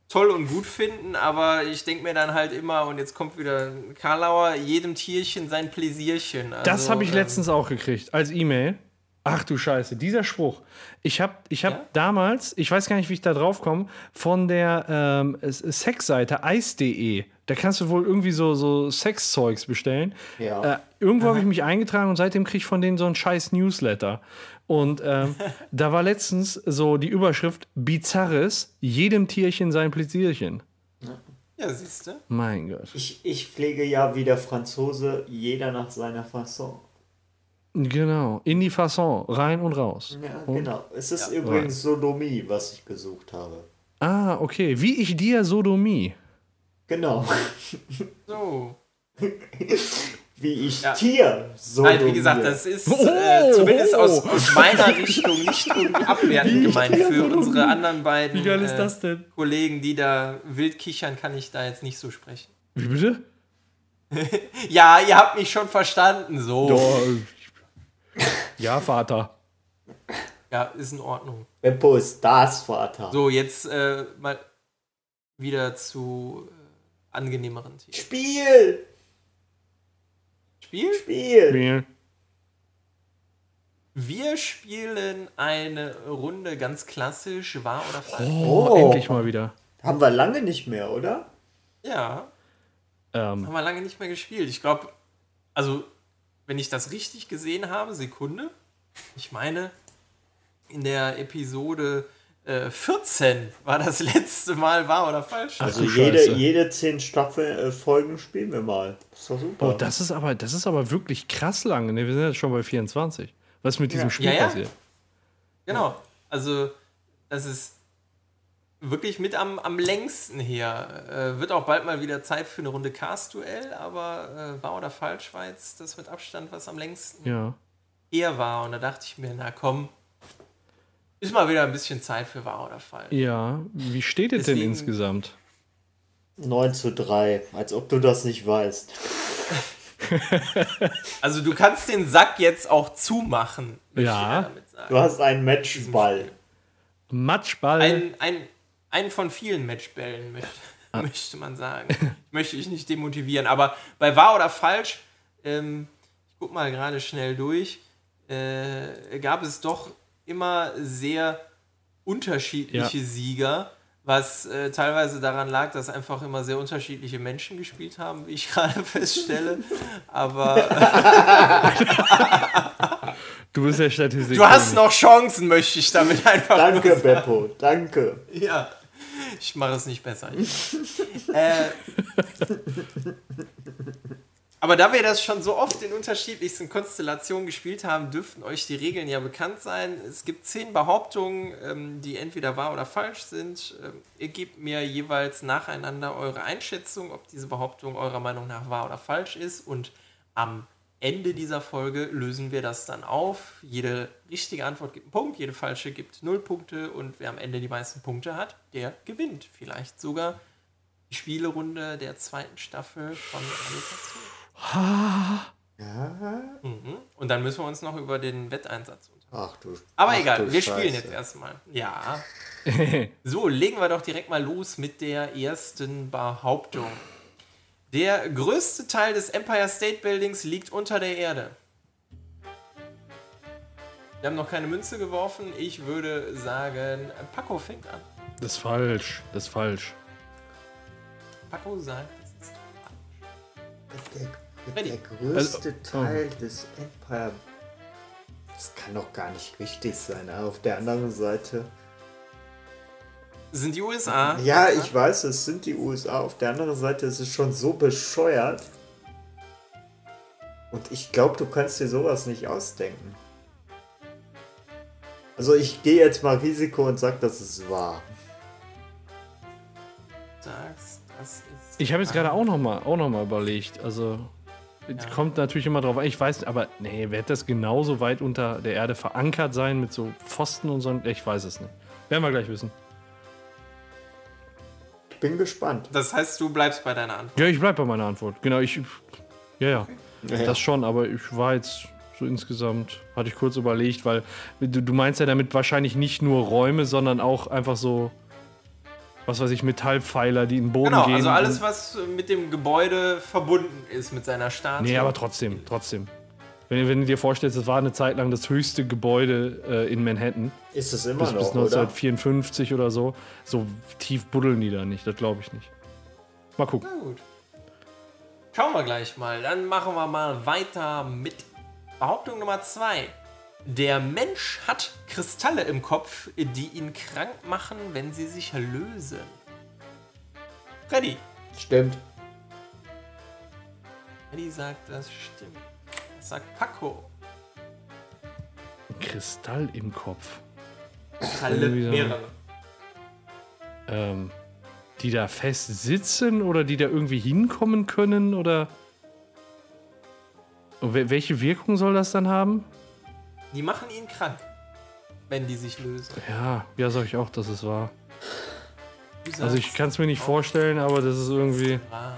S3: toll und gut finden, aber ich denke mir dann halt immer, und jetzt kommt wieder Karlauer, jedem Tierchen sein Pläsierchen. Also,
S2: Das habe ich
S3: ähm,
S2: letztens auch gekriegt als E-Mail. Ach du Scheiße, dieser Spruch. Ich habe ich hab
S3: Ja?
S2: damals, ich weiß gar nicht, wie ich da drauf komme, von der ähm, S- Sexseite eis.de. Da kannst du wohl irgendwie so, so Sexzeugs bestellen.
S1: Ja.
S2: Äh, irgendwo habe ich mich eingetragen und seitdem kriege ich von denen so einen scheiß Newsletter. Und ähm, da war letztens so die Überschrift: Bizarres, jedem Tierchen sein Pläsierchen.
S3: Ja, siehst du?
S2: Mein Gott.
S1: Ich, ich pflege ja wie der Franzose, jeder nach seiner Fasson.
S2: Genau. In die Fasson, rein und raus.
S1: Ja,
S2: und
S1: genau. Es ist übrigens Sodomie, was ich gesucht habe.
S2: Ah, okay. Wie ich dir Sodomie.
S1: Genau.
S3: So.
S1: Wie ich
S3: Ja.
S1: Tier Sodomie.
S3: Nein, wie gesagt, das ist äh,
S2: Oh!
S3: zumindest aus, aus meiner Richtung nicht irgendwie abwertend gemeint. Für unsere anderen beiden
S2: Wie geil ist
S3: äh,
S2: das denn?
S3: Kollegen, die da wild kichern, kann ich da jetzt nicht so sprechen.
S2: Wie bitte?
S3: Ja, ihr habt mich schon verstanden, so.
S2: Oh, Ja, Vater.
S3: Ja, ist in Ordnung.
S1: Beppo ist das Vater.
S3: So, jetzt äh, mal wieder zu äh, angenehmeren Themen.
S1: Spiel!
S3: Spiel?
S1: Spiel!
S2: Spiel.
S3: Wir spielen eine Runde ganz klassisch, wahr oder falsch.
S2: Oh,
S1: Oh.
S2: endlich mal wieder.
S1: Haben wir lange nicht mehr, oder?
S3: Ja,
S2: Ähm,
S3: haben wir lange nicht mehr gespielt. Ich glaube, also, wenn ich das richtig gesehen habe, Sekunde, ich meine, in der Episode äh, 14 war das *laughs* letzte Mal wahr oder falsch.
S2: Ach
S1: Also
S2: du
S1: jede,
S2: Scheiße.
S1: jede zehn Staffeln äh, Folgen spielen wir mal. Ist doch super.
S2: oh, das ist aber, das ist aber wirklich krass lange. Ne? Wir sind jetzt schon bei 24. Was ist mit diesem Spiel
S3: Ja, ja.
S2: passiert?
S3: Genau. Also, das ist wirklich mit am, am längsten her. Äh, wird auch bald mal wieder Zeit für eine Runde Cast-Duell, aber äh, war oder falsch war jetzt das mit Abstand, was am längsten
S2: Ja.
S3: her war. Und da dachte ich mir, na komm, ist mal wieder ein bisschen Zeit für wahr oder falsch.
S2: Ja, wie steht es denn
S3: Deswegen-
S2: insgesamt?
S1: 9 zu 3, als ob du das nicht weißt.
S3: Also, du kannst den Sack jetzt auch zumachen. möchte
S2: Ja.
S3: ich damit sagen.
S1: Du hast einen Matchball.
S2: Matschball.
S3: Ein, ein, einen von vielen Matchbällen, möchte, möchte man sagen. Ich möchte ich nicht demotivieren, aber bei wahr oder falsch, ähm, ich guck mal gerade schnell durch, äh, gab es doch immer sehr unterschiedliche Sieger, was äh, teilweise daran lag, dass einfach immer sehr unterschiedliche Menschen gespielt haben, wie ich *laughs* gerade feststelle. Aber
S2: du bist der
S3: äh,
S2: Statistik.
S3: du hast noch Chancen, möchte ich damit einfach
S1: Danke,
S3: *laughs* nur sagen.
S1: Beppo, danke.
S3: Ja, ich mache es nicht besser. Ich, äh, aber da wir das schon so oft in unterschiedlichsten Konstellationen gespielt haben, dürften euch die Regeln ja bekannt sein. Es gibt zehn Behauptungen, ähm, die entweder wahr oder falsch sind. Ähm, ihr gebt mir jeweils nacheinander eure Einschätzung, ob diese Behauptung eurer Meinung nach wahr oder falsch ist. Und am Ende dieser Folge lösen wir das dann auf. Jede richtige Antwort gibt einen Punkt, jede falsche gibt null Punkte und wer am Ende die meisten Punkte hat, der gewinnt. Vielleicht sogar die Spielerunde der zweiten Staffel von Annika
S1: Ja?
S3: zu. Mhm. Und dann müssen wir uns noch über den Wetteinsatz unterhalten.
S1: Ach du.
S3: Aber
S1: ach
S3: egal,
S1: du
S3: wir
S1: Scheiße.
S3: spielen jetzt erstmal. Ja. So, legen wir doch direkt mal los mit der ersten Behauptung. Der größte Teil des Empire State Buildings liegt unter der Erde. Wir haben noch keine Münze geworfen. Ich würde sagen, Paco fängt an.
S2: Das ist falsch. Das ist falsch.
S3: Paco sagt, es ist
S1: Der, der
S3: Ready.
S1: größte
S2: Also, oh.
S1: Teil des Empire. Das kann doch gar nicht richtig sein. Aber auf der anderen Seite.
S3: sind die USA.
S1: Ja, ich weiß, es sind die USA. Auf der anderen Seite ist es schon so bescheuert. Und ich glaube, du kannst dir sowas nicht ausdenken. Also ich gehe jetzt mal Risiko und sag, das ist wahr.
S3: sagst, das ist
S2: Ich habe jetzt gerade
S3: wahr.
S2: auch nochmal auch noch mal überlegt. Also, es
S3: Ja.
S2: kommt natürlich immer drauf an. Ich weiß, aber nee, wird das genauso weit unter der Erde verankert sein mit so Pfosten und so? Ich weiß es nicht. Werden wir gleich wissen.
S1: Ich bin gespannt.
S3: Das heißt, du bleibst bei deiner Antwort.
S2: Ja, ich bleibe bei meiner Antwort. Genau, ich. Ja, ja. Das schon, aber ich war jetzt so insgesamt, hatte ich kurz überlegt, weil du, du meinst ja damit wahrscheinlich nicht nur Räume, sondern auch einfach so, was weiß ich, Metallpfeiler, die in den Boden
S3: Genau,
S2: gehen.
S3: also alles,
S2: und-
S3: was mit dem Gebäude verbunden ist, mit seiner Statue.
S2: Nee, aber trotzdem, trotzdem. Wenn, du- wenn du dir vorstellst, das war eine Zeit lang das höchste Gebäude äh, in Manhattan,
S1: Ist es immer
S2: bis, bis
S1: noch, oder?
S2: 1954 oder so. So tief buddeln die da nicht, das glaube ich nicht. Mal gucken.
S3: Na gut. Schauen wir gleich mal. Dann machen wir mal weiter mit Behauptung Nummer 2. Der Mensch hat Kristalle im Kopf, die ihn krank machen, wenn sie sich lösen. Freddy.
S1: Stimmt. *laughs*
S3: Freddy sagt, das stimmt. Das sagt Paco.
S2: Ein Kristall im Kopf,
S3: Kristalle,
S2: Irgendwie so.
S3: mehrere.
S2: ähm, die da fest sitzen oder die da irgendwie hinkommen können oder. Und wel- welche Wirkung soll das dann haben?
S3: Die machen ihn krank, wenn die sich lösen.
S2: Ja, ja, sag ich auch, dass es war.
S3: Du
S2: Also ich
S3: sagst,
S2: kann es mir nicht vorstellen, aber das ist irgendwie.
S3: Ah.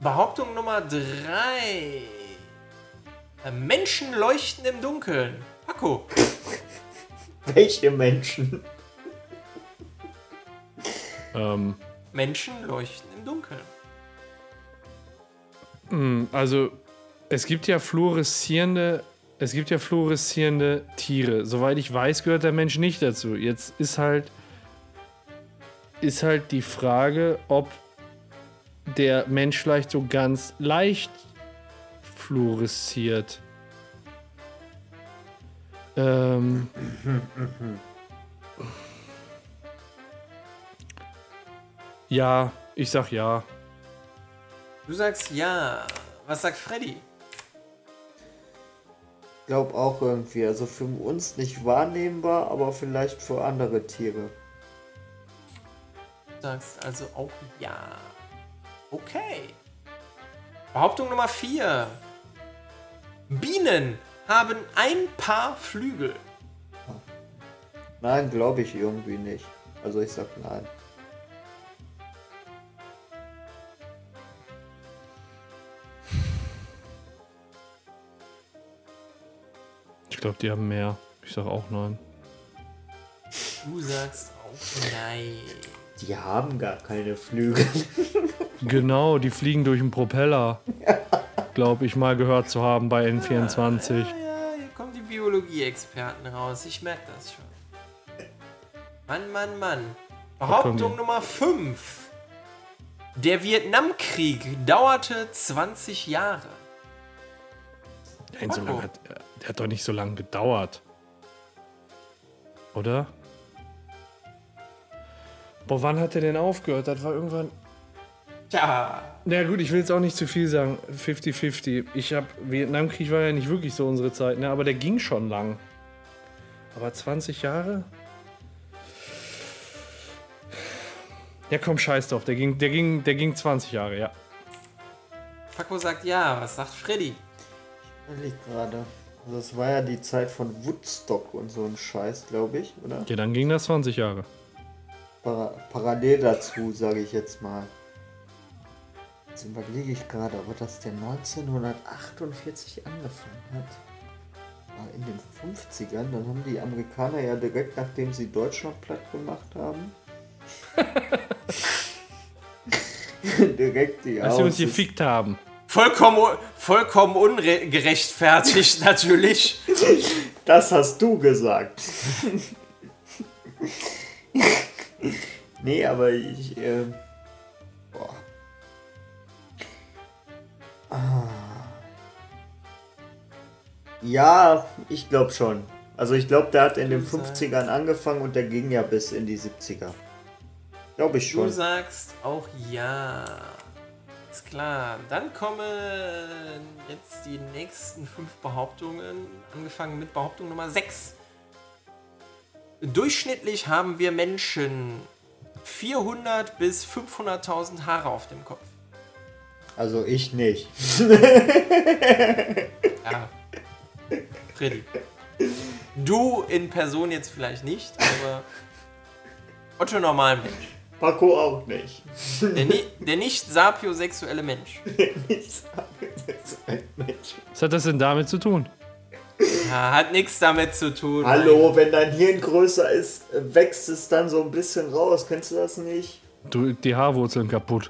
S3: Behauptung Nummer 3. Menschen leuchten im Dunkeln. Paco.
S1: Welche Menschen?
S2: Ähm,
S3: Menschen leuchten im Dunkeln.
S2: Mm, Also, es gibt ja fluoreszierende, es gibt ja fluoreszierende Tiere. Soweit ich weiß, gehört der Mensch nicht dazu. Jetzt ist halt, ist halt die Frage, ob der Mensch vielleicht so ganz leicht fluoresziert. Ähm. Ja, ich sag ja.
S3: Du sagst ja. Was sagt Freddy?
S1: glaube auch irgendwie. Also für uns nicht wahrnehmbar, aber vielleicht für andere Tiere.
S3: Du sagst also auch ja. Okay. Behauptung Nummer 4. Bienen haben ein paar Flügel.
S1: Nein, glaube ich irgendwie nicht. Also ich sag nein.
S2: Ich glaube, die haben mehr. Ich sag auch nein.
S3: Du sagst auch nein.
S1: Die haben gar keine Flügel. *laughs*
S2: Genau, die fliegen durch den Propeller. Glaube ich mal gehört zu haben bei N24.
S3: Ja, ja, hier kommen die Biologie-Experten raus. Ich merke das schon. Mann, Mann, Mann.
S2: kommen
S3: Behauptung
S2: die?
S3: Nummer 5. Der Vietnamkrieg dauerte 20 Jahre.
S2: Nein, so lange hat, der hat doch nicht so lange gedauert. Oder? Boah, wann hat der denn aufgehört? Das war irgendwann.
S3: Tja,
S2: Na gut, ich will jetzt auch nicht zu viel sagen. 50-50. Ich hab. Vietnamkrieg war ja nicht wirklich so unsere Zeit, ne? Aber der ging schon lang. Aber 20 Jahre? Ja, komm, scheiß drauf. Der ging, der ging, der ging 20 Jahre, ja.
S3: Paco sagt ja. Was sagt Freddy?
S1: Liegt gerade. Also das war ja die Zeit von Woodstock und so ein Scheiß, glaube ich, oder?
S2: Ja, dann ging das 20 Jahre.
S1: Para parallel dazu, sage ich jetzt mal. Jetzt überlege ich gerade, aber dass der 1948 angefangen hat. War in den 50ern, dann haben die Amerikaner ja direkt nachdem sie Deutschland platt gemacht
S2: *laughs*
S1: haben. *laughs* direkt die
S2: Als sie uns
S1: Aussicht-
S2: gefickt haben.
S3: Vollkommen, un- vollkommen ungerechtfertigt *laughs* natürlich.
S1: Das hast du gesagt. nee, aber ich. Äh, boah. Ah. Ja, ich glaube schon. Also ich glaube, der hat in den
S3: Du sagst-
S1: 50ern angefangen und der ging ja bis in die 70er. Glaube ich
S3: Du
S1: schon.
S3: sagst auch ja. Ist klar. Dann kommen jetzt die nächsten fünf Behauptungen. Angefangen mit Behauptung Nummer 6. Durchschnittlich haben wir Menschen 400 bis 500.000 Haare auf dem Kopf.
S1: Also ich nicht.
S3: Ja. Freddy. Du in Person jetzt vielleicht nicht, aber Otto Normalmensch.
S1: Paco auch nicht. *laughs*
S3: Der, ni der nicht sapiosexuelle Mensch.
S1: Ich sage jetzt ein Mensch.
S2: Was hat das denn damit zu tun?
S3: Ja, hat nichts damit zu tun.
S1: Hallo, wenn dein Hirn größer ist, wächst es dann so ein bisschen raus. Kennst du das nicht?
S2: Du, die Haarwurzeln kaputt.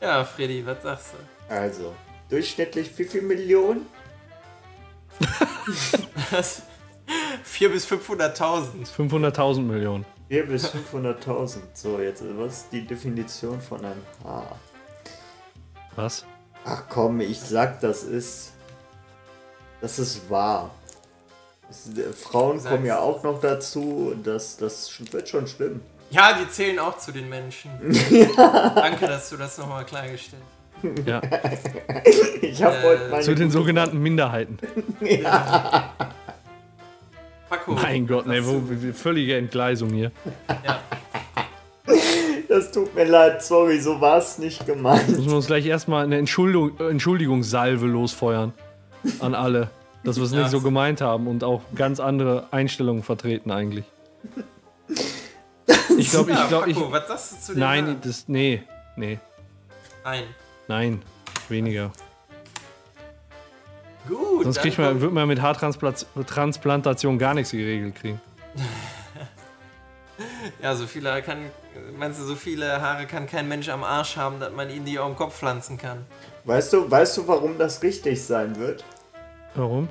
S3: Ja, Freddy, was sagst du?
S1: Also, durchschnittlich wie viel Millionen?
S3: Das 4 bis 500.000.
S2: 500.000 Millionen.
S1: 4 bis 500.000. So, jetzt, was ist die Definition von einem Haar?
S2: Was?
S1: Ach komm, ich sag, das ist. Das ist wahr. Es, äh, Frauen
S3: Sag's.
S1: kommen ja auch noch dazu. Das, das sch- wird schon schlimm. *laughs*
S3: Ja, die zählen auch zu den Menschen. Danke, dass du das nochmal klargestellt hast.
S2: Ja,
S1: Ich habe heute
S2: zu
S1: meine.
S2: den sogenannten Minderheiten.
S3: Paco.
S2: Mein Gott,
S3: was
S2: ne,
S3: sagst
S2: wo,
S3: du?
S2: wie- wie- völlige Entgleisung hier.
S3: Ja.
S1: Das tut mir leid, sorry, so war es nicht *laughs* gemeint.
S2: Müssen wir uns gleich erstmal eine Entschuldigung, äh, Entschuldigungssalve losfeuern. An alle. Dass wir es
S3: Ja.
S2: nicht so gemeint haben und auch ganz andere Einstellungen vertreten eigentlich. Ich glaube,
S3: Ja,
S2: ich glaube, ich.
S3: Paco, was sagst du zu den
S2: Nein,
S3: Haaren?
S2: das. Nee. Nee.
S3: Nein.
S2: Nein. Weniger.
S3: Gut.
S2: Sonst
S3: dann
S2: kriegt man, wird man mit Haartransplantation gar nichts geregelt kriegen.
S3: Ja, so viele kann, meinst du, so viele Haare kann kein Mensch am Arsch haben, dass man ihnen die auf den Kopf pflanzen kann.
S1: Weißt du, weißt du, warum das richtig sein wird?
S2: Warum?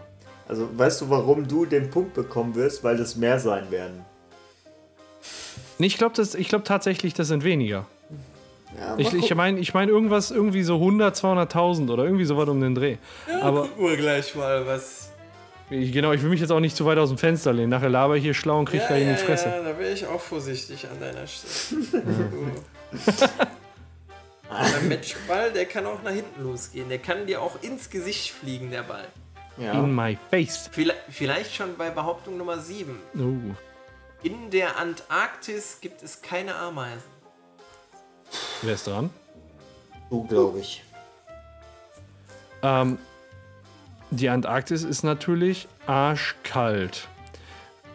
S1: Also weißt du, warum du den Punkt bekommen wirst? Weil es mehr sein werden.
S2: Nee, ich glaube glaub tatsächlich, das sind weniger.
S1: Ja,
S2: Ich,
S1: mal
S2: ich
S1: gucken.
S2: meine ich mein irgendwas, irgendwie so 100, 200.000 oder irgendwie sowas um den Dreh. Aber
S3: Gucken wir gleich mal, was.
S2: ich, genau, ich will mich jetzt auch nicht zu weit aus dem Fenster lehnen. Nachher laber ich hier schlau und krieg gleich in die Fresse.
S3: ja, da wäre ich auch vorsichtig an deiner Stelle. *laughs* Der Matchball, der kann auch nach hinten losgehen. Der kann dir auch ins Gesicht fliegen, der Ball.
S1: ja.
S2: In my face.
S3: Vielleicht, vielleicht schon bei Behauptung Nummer 7.
S2: Uh.
S3: In der Antarktis gibt es keine Ameisen.
S2: Wer ist dran?
S1: Du, glaube ich.
S2: Ähm, die Antarktis ist natürlich arschkalt.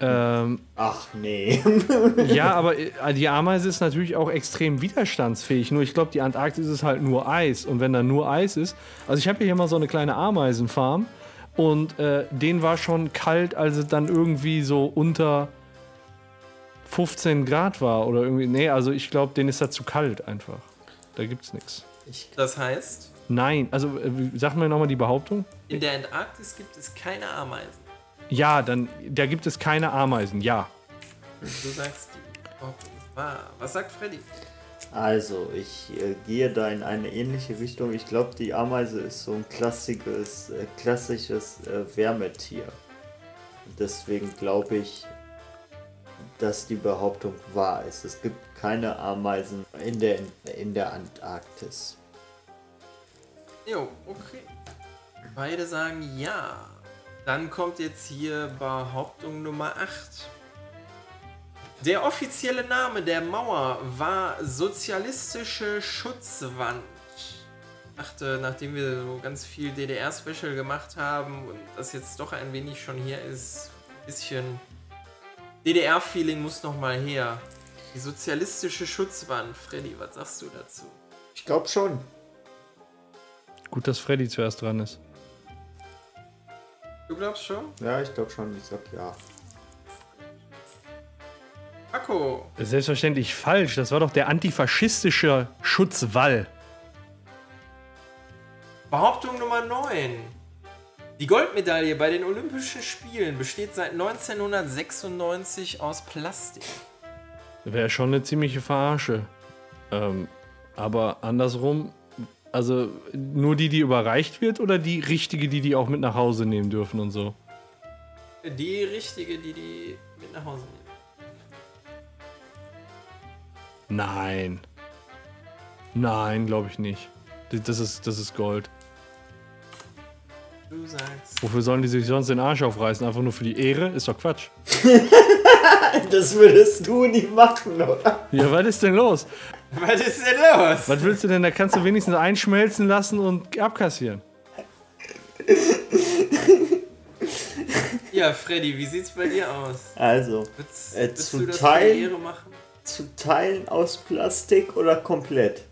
S2: Ähm,
S1: Ach nee. *laughs*
S2: ja, aber äh, die Ameise ist natürlich auch extrem widerstandsfähig. Nur ich glaube, die Antarktis ist halt nur Eis. Und wenn da nur Eis ist, also ich habe hier mal so eine kleine Ameisenfarm und äh, den war schon kalt, als es dann irgendwie so unter 15 Grad war oder irgendwie. Nee, also ich glaube, den ist da zu kalt einfach. Da gibt's nichts.
S3: Das heißt,
S2: Nein, also äh, wie- sag mir nochmal die Behauptung.
S3: in der Antarktis gibt es keine Ameisen.
S2: Ja, dann da gibt es keine Ameisen, ja.
S3: Du sagst die. Behauptung ist wahr. Was sagt Freddy?
S1: Also, ich äh, gehe da in eine ähnliche Richtung. Ich glaube, die Ameise ist so ein klassisches, äh, klassisches äh, Wärmetier. Und Deswegen glaube ich, dass die Behauptung wahr ist. Es gibt keine Ameisen in der, in der Antarktis.
S3: Jo, okay. Beide sagen ja. Dann kommt jetzt hier Behauptung Nummer 8. Der offizielle Name der Mauer war sozialistische Schutzwand. Ich dachte, nachdem wir so ganz viel DDR-Special gemacht haben und das jetzt doch ein wenig schon hier ist, ein bisschen DDR-Feeling muss nochmal her. Die sozialistische Schutzwand. Freddy, was sagst du dazu?
S1: Ich glaube schon.
S2: Gut, dass Freddy zuerst dran ist.
S3: Du glaubst schon?
S1: Ja, ich glaube schon. Ich sag ja.
S3: Akko,
S2: Selbstverständlich falsch, das war doch der antifaschistische Schutzwall.
S3: Behauptung Nummer 9. Die Goldmedaille bei den Olympischen Spielen besteht seit 1996 aus Plastik.
S2: Wäre schon eine ziemliche Verarsche. Ähm, aber andersrum, also nur die, die überreicht wird oder die richtige, die die auch mit nach Hause nehmen dürfen und so?
S3: Die richtige, die die mit nach Hause nehmen.
S2: Nein. Nein, glaube ich nicht. D- Das ist, das ist Gold.
S3: Du sagst. *laughs*
S2: Wofür sollen die sich sonst den Arsch aufreißen? Einfach nur für die Ehre? Ist doch Quatsch.
S1: *laughs* Das würdest du nie machen, oder?
S2: Ja, was ist denn los?
S3: Was ist denn los?
S2: Was willst du denn? Da kannst du wenigstens einschmelzen lassen und abkassieren.
S3: Ja, Freddy, wie sieht's bei dir aus?
S1: Also,
S3: Willst,
S1: Äh,
S3: willst
S1: zu
S3: du das für
S1: teilen-
S3: die Ehre machen?
S1: zu Teilen aus Plastik oder komplett?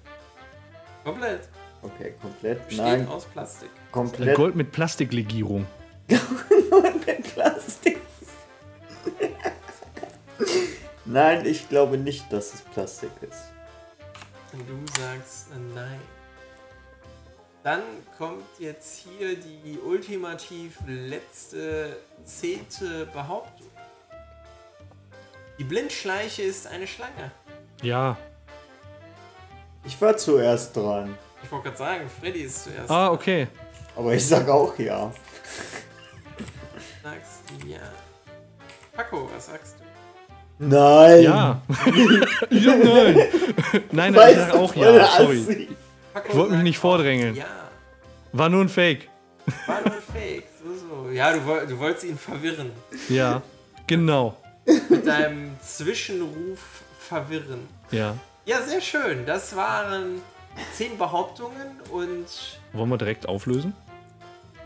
S3: Komplett.
S1: Okay, komplett.
S3: Besteht
S1: Nein,
S3: aus Plastik.
S1: komplett
S2: Gold mit Plastiklegierung.
S1: *laughs* mit Plastik. *laughs* Nein, ich glaube nicht, dass es Plastik ist.
S3: Und du sagst äh, nein. Dann kommt jetzt hier die ultimativ letzte, zehnte Behauptung. Die Blindschleiche ist eine Schlange.
S2: Ja.
S1: Ich war zuerst dran,
S3: Ich wollte gerade sagen, Freddy ist zuerst.
S2: Ah, okay.
S1: aber ich sag auch ja.
S3: Du sagst ja. Paco, was sagst du?
S1: Nein. *laughs*
S2: Ja. ja nein. nein, nein, ich
S1: Weißt
S2: sag
S1: du,
S2: auch
S1: voll
S2: ja. Sorry.
S1: assi.
S3: Paco
S2: Ich wollte mich
S3: sagt
S2: nicht
S3: auch
S2: vordrängeln.
S3: Ja,
S2: War nur ein Fake.
S3: war nur ein Fake. So, so. Ja, du, woll- du wolltest ihn verwirren.
S2: Ja. Genau.
S3: Mit deinem Zwischenruf verwirren.
S2: Ja.
S3: Ja, sehr schön. Das waren zehn Behauptungen und
S2: Wollen wir direkt auflösen?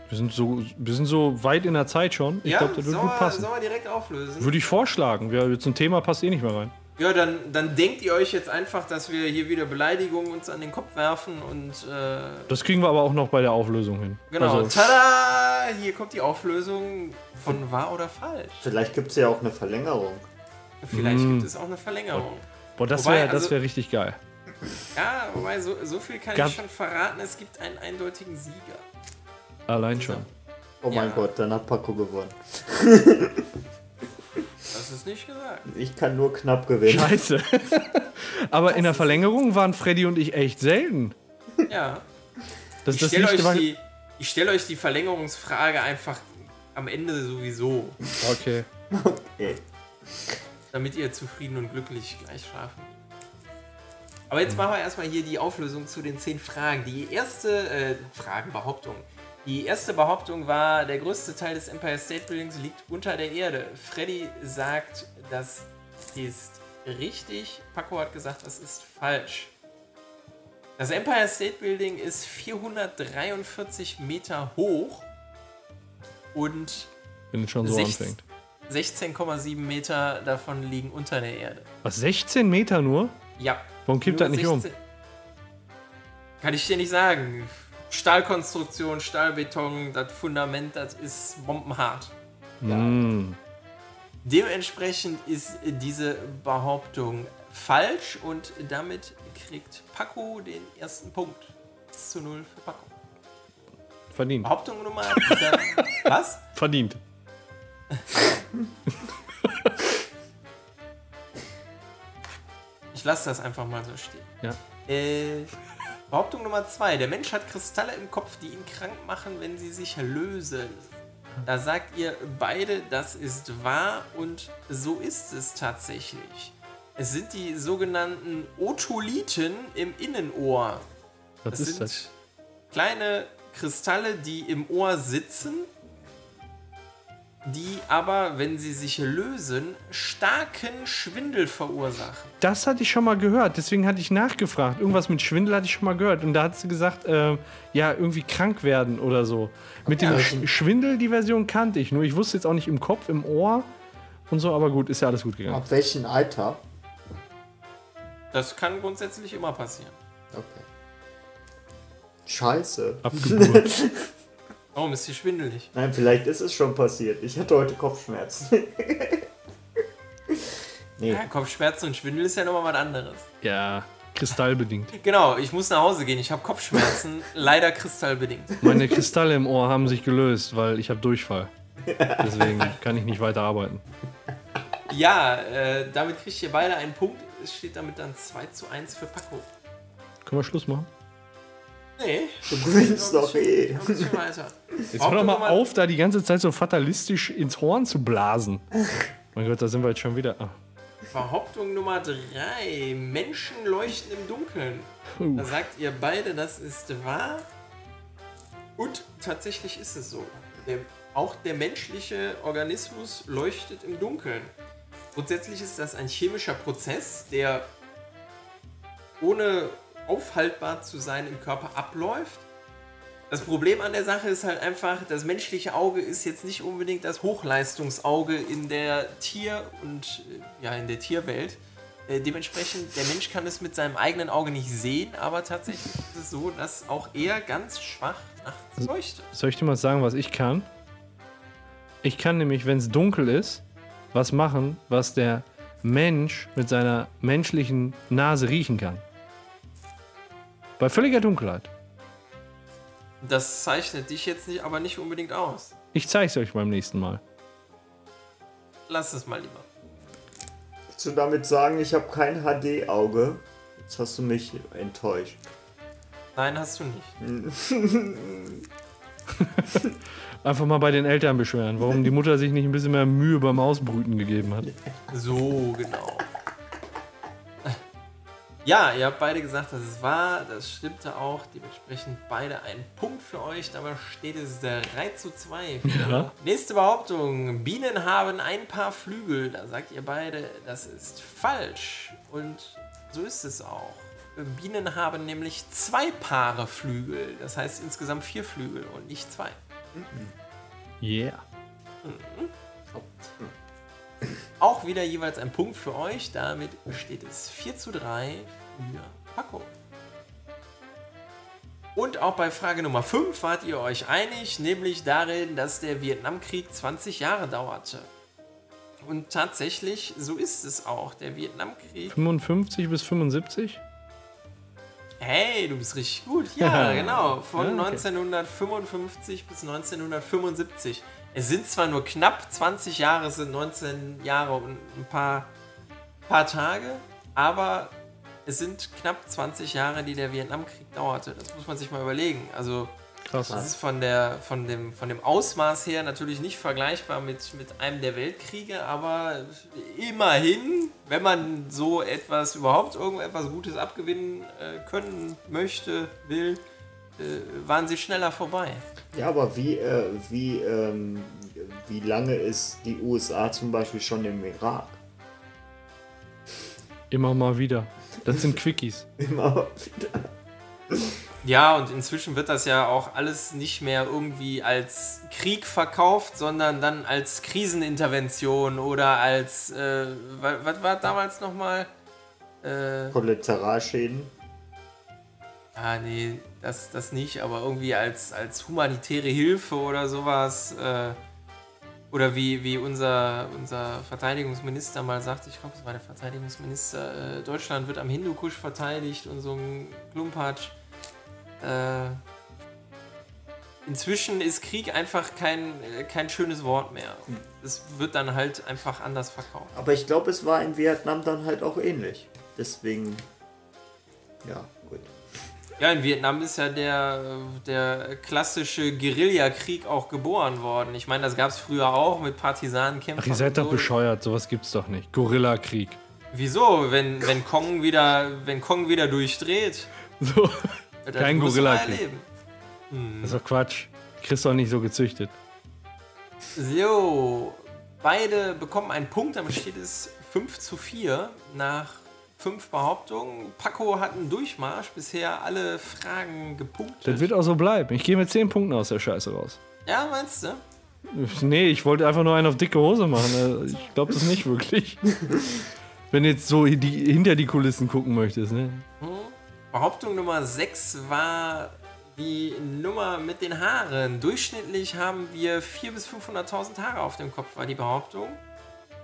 S2: Wir sind so, wir sind so weit in der Zeit schon. Ich
S3: ja,
S2: glaube, das wird
S3: sollen
S2: gut
S3: wir,
S2: passen.
S3: sollen wir direkt auflösen.
S2: Würde ich vorschlagen. Ja, zum Thema passt eh nicht mehr rein.
S3: Ja, dann, dann denkt ihr euch jetzt einfach, dass wir hier wieder Beleidigungen uns an den Kopf werfen und äh,
S2: Das kriegen wir aber auch noch bei der Auflösung hin.
S3: genau.
S2: Also,
S3: Tada! Hier kommt die Auflösung von wahr oder falsch.
S1: Vielleicht gibt es ja auch eine Verlängerung.
S3: Vielleicht
S2: Mm.
S3: gibt es auch eine Verlängerung.
S2: Boah, das
S3: Wobei,
S2: wäre das
S3: also-
S2: wär richtig geil.
S3: Ja, wobei, so, so viel kann
S2: Gab-
S3: ich schon verraten. Es gibt einen eindeutigen Sieger.
S2: Allein schon.
S1: Oh mein
S3: Ja.
S1: Gott, dann hat Paco gewonnen.
S3: Das ist nicht gesagt.
S1: Ich kann nur knapp gewinnen.
S2: Scheiße.
S3: *laughs*
S2: Aber in der Verlängerung waren Freddy und ich echt selten.
S3: Ja.
S2: Das,
S3: Ich
S2: das
S3: stelle
S2: liegt
S3: euch,
S2: aber-
S3: die- ich stell euch die Verlängerungsfrage einfach am Ende sowieso,
S2: Okay.
S1: Okay.
S3: damit ihr zufrieden und glücklich gleich schlafen. Aber jetzt machen wir erstmal hier die Auflösung zu den zehn Fragen. Die erste äh, Fragenbehauptung. Die erste Behauptung war, der größte Teil des Empire State Buildings liegt unter der Erde. Freddy sagt, das ist richtig. Paco hat gesagt, das ist falsch. Das Empire State Building ist 443 Meter hoch und
S2: Wenn es schon so
S3: Sechs-
S2: anfängt.
S3: 16,7 Meter davon liegen unter der Erde.
S2: Was, 16 Meter nur?
S3: Ja.
S2: Warum kippt
S3: Nur
S2: das nicht um?
S3: 16 Kann ich dir nicht sagen. Stahlkonstruktion, Stahlbeton, das Fundament, das ist bombenhart.
S2: Mm.
S3: Dementsprechend ist diese Behauptung falsch und damit kriegt Paco den ersten Punkt. 1 zu 0 für Paco.
S2: Verdient.
S3: Behauptung Nummer 7.
S2: *laughs*
S3: Was?
S2: Verdient.
S3: Ich lasse das einfach mal so stehen.
S2: Ja.
S3: Äh, Behauptung Nummer 2. Der Mensch hat Kristalle im Kopf, die ihn krank machen, wenn sie sich lösen. Da sagt ihr beide, das ist wahr und so ist es tatsächlich. Es sind die sogenannten Otolithen im Innenohr.
S2: Was
S3: Das
S2: ist
S3: sind
S2: das?
S3: kleine Kristalle, die im Ohr sitzen, die aber, wenn sie sich lösen, starken Schwindel verursachen.
S2: Das hatte ich schon mal gehört, deswegen hatte ich nachgefragt. Irgendwas mit Schwindel hatte ich schon mal gehört. Und da hat sie gesagt, äh, ja, irgendwie krank werden oder so. Mit dem Sch Schwindel, die Version kannte ich. Nur ich wusste jetzt auch nicht im Kopf, im Ohr und so, aber gut, ist ja alles gut gegangen.
S1: Ab welchem Alter?
S3: Das kann grundsätzlich immer passieren.
S1: Okay. Scheiße.
S2: Abgeburt.
S3: Warum ist die schwindelig?
S1: Nein, vielleicht ist es schon passiert. Ich hatte heute
S3: *laughs*
S1: Kopfschmerzen. nee.
S3: Ja, Kopfschmerzen und Schwindel ist ja nochmal was anderes.
S2: *laughs* ja, kristallbedingt.
S3: Genau, ich muss nach Hause gehen. Ich habe
S2: *laughs*
S3: Kopfschmerzen, leider kristallbedingt.
S2: Meine Kristalle im Ohr haben sich gelöst, weil ich habe *laughs* Durchfall. Deswegen kann ich nicht weiterarbeiten.
S3: Ja, äh, damit kriegt ihr beide einen Punkt. Es steht damit dann 2 zu 1 für Paco.
S2: Können wir Schluss machen?
S3: Nee,
S1: Du gewinnst doch eh.
S3: noch ein bisschen weiter.
S2: Jetzt hör doch mal auf, da die ganze Zeit so fatalistisch ins Horn zu blasen. Mein Gott, da sind wir jetzt schon wieder. Ah.
S3: Behauptung Nummer 3. Menschen leuchten im Dunkeln.
S2: Puh.
S3: Da sagt ihr beide, das ist wahr. Und tatsächlich ist es so. Der, auch der menschliche Organismus leuchtet im Dunkeln. Grundsätzlich ist das ein chemischer Prozess, der ohne aufhaltbar zu sein im Körper abläuft. Das Problem an der Sache ist halt einfach, das menschliche Auge ist jetzt nicht unbedingt das Hochleistungsauge in der Tier- und äh, ja, in der Tierwelt. Äh, Dementsprechend, der Mensch kann es mit seinem eigenen Auge nicht sehen, aber tatsächlich ist es so, dass auch er ganz schwach nachts leuchtet.
S2: Soll ich dir mal sagen, was ich kann? Ich kann nämlich, wenn es dunkel ist, was machen, was der Mensch mit seiner menschlichen Nase riechen kann. Bei völliger Dunkelheit.
S3: Das zeichnet dich jetzt nicht, aber nicht unbedingt aus.
S2: Ich zeige es euch beim nächsten Mal.
S3: Lass es mal lieber.
S1: Willst du damit sagen, ich habe kein HD-Auge? Jetzt hast du mich enttäuscht.
S3: Nein, hast du nicht.
S2: Einfach mal bei den Eltern beschweren, warum die Mutter sich nicht ein bisschen mehr Mühe beim Ausbrüten gegeben hat.
S3: So, genau. Ja, ihr habt beide gesagt, das ist wahr, das stimmte auch. Dementsprechend beide einen Punkt für euch. Dabei steht es 3 zu 2.
S2: Ja.
S3: Nächste Behauptung. Bienen haben ein paar Flügel. Da sagt ihr beide, das ist falsch. Und so ist es auch. Bienen haben nämlich zwei Paare Flügel. Das heißt insgesamt vier Flügel und nicht zwei.
S2: Yeah.
S3: Auch wieder jeweils ein Punkt für euch. Damit steht es 4 zu 3 für Paco. Und auch bei Frage Nummer 5 wart ihr euch einig, nämlich darin, dass der Vietnamkrieg 20 Jahre dauerte. Und tatsächlich, so ist es auch. Der Vietnamkrieg.
S2: 55 bis 75?
S3: Hey, du bist
S2: *laughs*
S3: richtig gut.
S2: Ja.
S3: Ja, genau. Von
S2: Ja, okay.
S3: 1955 bis 1975. Es sind zwar nur knapp 20 Jahre, es sind 19 Jahre und ein paar, paar Tage, aber es sind knapp 20 Jahre, die der Vietnamkrieg dauerte. Das muss man sich mal überlegen. Also, das
S2: Krass.
S3: ist von, der, von, dem, von dem Ausmaß her natürlich nicht vergleichbar mit, mit einem der Weltkriege, aber immerhin, wenn man so etwas überhaupt irgendetwas Gutes abgewinnen äh, können möchte, will, äh, waren sie schneller vorbei.
S1: Ja, aber wie, äh, wie, ähm, wie lange ist die USA zum Beispiel schon im Irak? *laughs*
S2: Immer mal wieder. Das sind Quickies.
S1: Immer wieder.
S3: Ja, und inzwischen wird das ja auch alles nicht mehr irgendwie als Krieg verkauft, sondern dann als Krisenintervention oder als, äh, was war damals nochmal? Äh,
S1: Kollateralschäden.
S3: Ah, nee, das, das nicht, aber irgendwie als, als humanitäre Hilfe oder sowas. Äh, oder wie, wie unser, unser Verteidigungsminister mal sagte, ich glaube, es war der Verteidigungsminister, äh, Deutschland wird am Hindukusch verteidigt und so ein Klumpatsch. Äh, inzwischen ist Krieg einfach kein, äh, kein schönes Wort mehr. Es wird dann halt einfach anders verkauft.
S1: Aber ich glaube, es war in Vietnam dann halt auch ähnlich. Deswegen. Ja, gut.
S3: Ja, in Vietnam ist ja der, der klassische Guerillakrieg auch geboren worden. Ich meine, das gab es früher auch mit Partisanenkämpfen.
S2: Ach, ihr seid
S3: und
S2: doch
S3: so.
S2: bescheuert. Sowas gibt's doch nicht. Gorilla-Krieg.
S3: Wieso? Wenn, wenn, Kong wieder, wenn Kong wieder durchdreht. Hm.
S2: So.
S3: Das
S2: Kein
S3: muss man
S2: Guerillakrieg.
S3: erleben.
S2: Das ist doch Quatsch. Chris doch nicht so gezüchtet.
S3: So, beide bekommen einen Punkt, damit steht es 5 zu 4 nach fünf Behauptungen. Paco hat einen Durchmarsch, bisher alle Fragen
S2: Das
S3: gepunktet.
S2: wird auch so bleiben. Ich gehe mit 10 Punkten aus der Scheiße raus.
S3: Ja, meinst du?
S2: Nee, ich wollte einfach nur einen auf dicke Hose machen. Also, Ich glaube das nicht
S3: *laughs*
S2: wirklich. Wenn du jetzt so in die, hinter die Kulissen gucken möchtest, ne?
S3: Behauptung Nummer 6 war die Nummer mit den Haaren. Durchschnittlich haben wir 400.000 bis 500.000 Haare auf dem Kopf, war die Behauptung.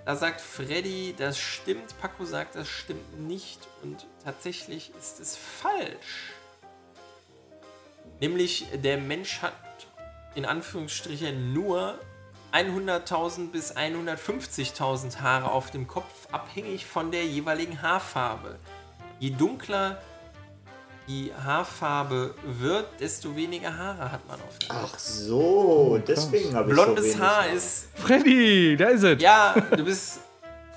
S3: Da sagt Freddy, das stimmt. Paco sagt, das stimmt nicht. Und tatsächlich ist es falsch. Nämlich, der Mensch hat in Anführungsstrichen nur 100.000 bis 150.000 Haare auf dem Kopf, abhängig von der jeweiligen Haarfarbe. Je dunkler die Haarfarbe wird, desto weniger Haare hat man auf dem Kopf.
S1: Ach so, deswegen habe ich so
S3: Oh, Blondes
S1: wenig
S3: Haar
S1: Ahnung.
S3: ist
S2: Freddy, da ist es.
S3: ja, du bist.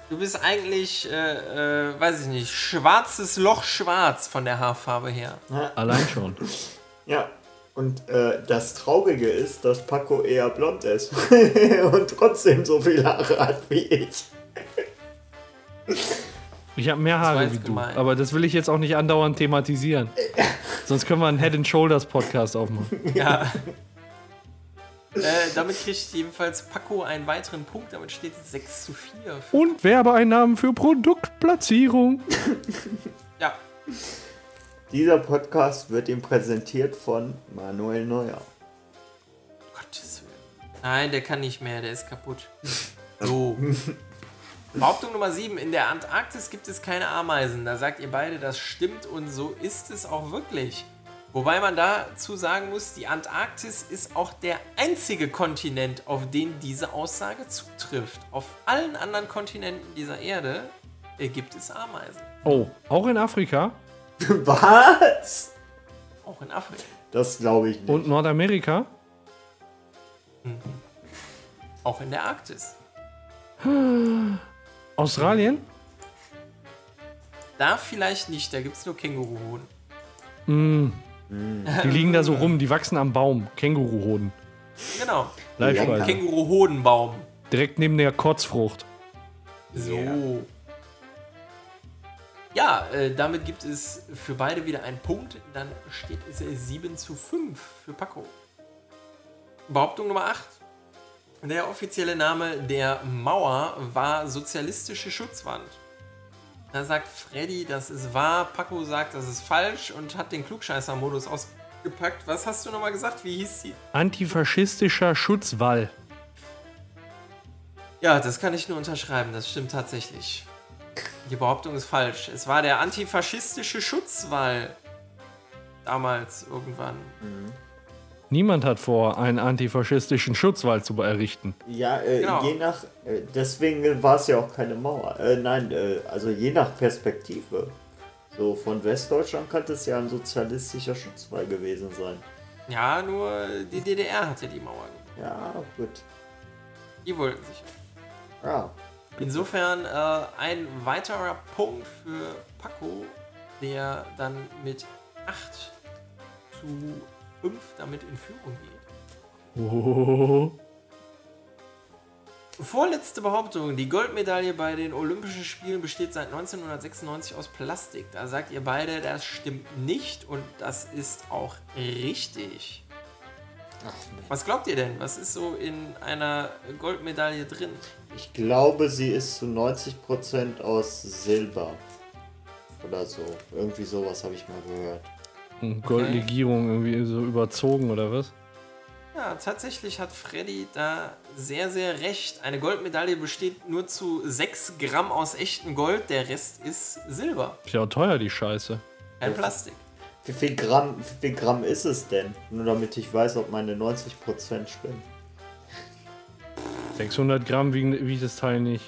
S3: Du bist eigentlich, äh, äh, weiß ich nicht, schwarzes Loch schwarz von der Haarfarbe her.
S2: Allein schon.
S1: Ja. Und äh, das Traurige ist, dass Paco eher blond ist *laughs* und trotzdem so viele Haare hat wie ich.
S2: Ich habe mehr
S3: war
S2: Haare
S3: jetzt
S2: wie du.
S3: gemein.
S2: Aber das will ich jetzt auch nicht andauernd
S3: *laughs*
S2: thematisieren. Sonst können wir einen Head and Shoulders Podcast aufmachen.
S3: Ja. äh, damit kriegt jedenfalls Paco einen weiteren Punkt, damit steht es 6 zu 4.
S2: Und Werbeeinnahmen für Produktplatzierung.
S3: Ja,
S1: Dieser Podcast wird ihm präsentiert von Manuel Neuer. *laughs*
S3: Gottes Willen. Nein, der kann nicht mehr, der ist kaputt. So. Behauptung Nummer 7. In der Antarktis gibt es keine Ameisen. Da sagt ihr beide, das stimmt und so ist es auch wirklich. Wobei man dazu sagen muss, die Antarktis ist auch der einzige Kontinent, auf den diese Aussage zutrifft. Auf allen anderen Kontinenten dieser Erde äh, gibt es Ameisen.
S2: Oh, auch in Afrika
S1: Was?
S3: Auch in Afrika.
S1: Das glaube ich nicht.
S2: und Nordamerika.
S3: Auch in der Arktis.
S2: Australien?
S3: Da vielleicht nicht, da gibt es nur Känguruhoden.
S2: Die liegen da so rum, die wachsen am Baum. Känguruhoden.
S3: Genau.
S2: Leibspeise.
S3: Känguruhodenbaum.
S2: Direkt neben der Kotzfrucht.
S3: So. Ja, äh, damit gibt es für beide wieder einen Punkt. Dann steht es äh, 7 zu 5 für Paco. Behauptung Nummer 8. Der offizielle Name der Mauer war sozialistische Schutzwand. Da sagt Freddy, das ist wahr. Paco sagt, das ist falsch und hat den Klugscheißer-Modus ausgepackt. Was hast du nochmal gesagt? Wie hieß sie?
S2: Antifaschistischer Schutzwall.
S3: Ja, das kann ich nur unterschreiben, das stimmt tatsächlich. Die Behauptung ist falsch. Es war der antifaschistische Schutzwall. Damals, irgendwann.
S2: Niemand hat vor, einen antifaschistischen Schutzwall zu errichten.
S1: Ja, äh,
S3: Genau.
S1: je nach, äh, deswegen war es ja auch keine Mauer. Äh, nein, äh, also je nach Perspektive. So, von Westdeutschland könnte es ja ein sozialistischer Schutzwall gewesen sein.
S3: Ja, nur die DDR hatte die Mauer. gebaut.
S1: Ja, gut.
S3: Die wollten sich.
S1: Ah,
S3: Insofern äh, ein weiterer Punkt für Paco, der dann mit 8 zu 5 damit in Führung geht.
S2: Oh.
S3: Vorletzte Behauptung. Die Goldmedaille bei den Olympischen Spielen besteht seit 1996 aus Plastik. Da sagt ihr beide, das stimmt nicht und das ist auch richtig. Was glaubt ihr denn? Was ist so in einer Goldmedaille drin?
S1: ich glaube, sie ist zu 90% aus Silber. Oder so. Irgendwie sowas habe ich mal gehört.
S2: Und Goldlegierung irgendwie so überzogen oder was?
S3: Ja, tatsächlich hat Freddy da sehr, sehr recht. Eine Goldmedaille besteht nur zu 6 Gramm aus echtem Gold, der Rest ist Silber.
S2: Ist ja auch teuer, die Scheiße.
S3: Kein Plastik.
S1: Wie viel Gramm, wie viel Gramm ist es denn? Nur damit ich weiß, ob meine 90% stimmen.
S2: 600 Gramm wiegen, wiegt das Teil nicht.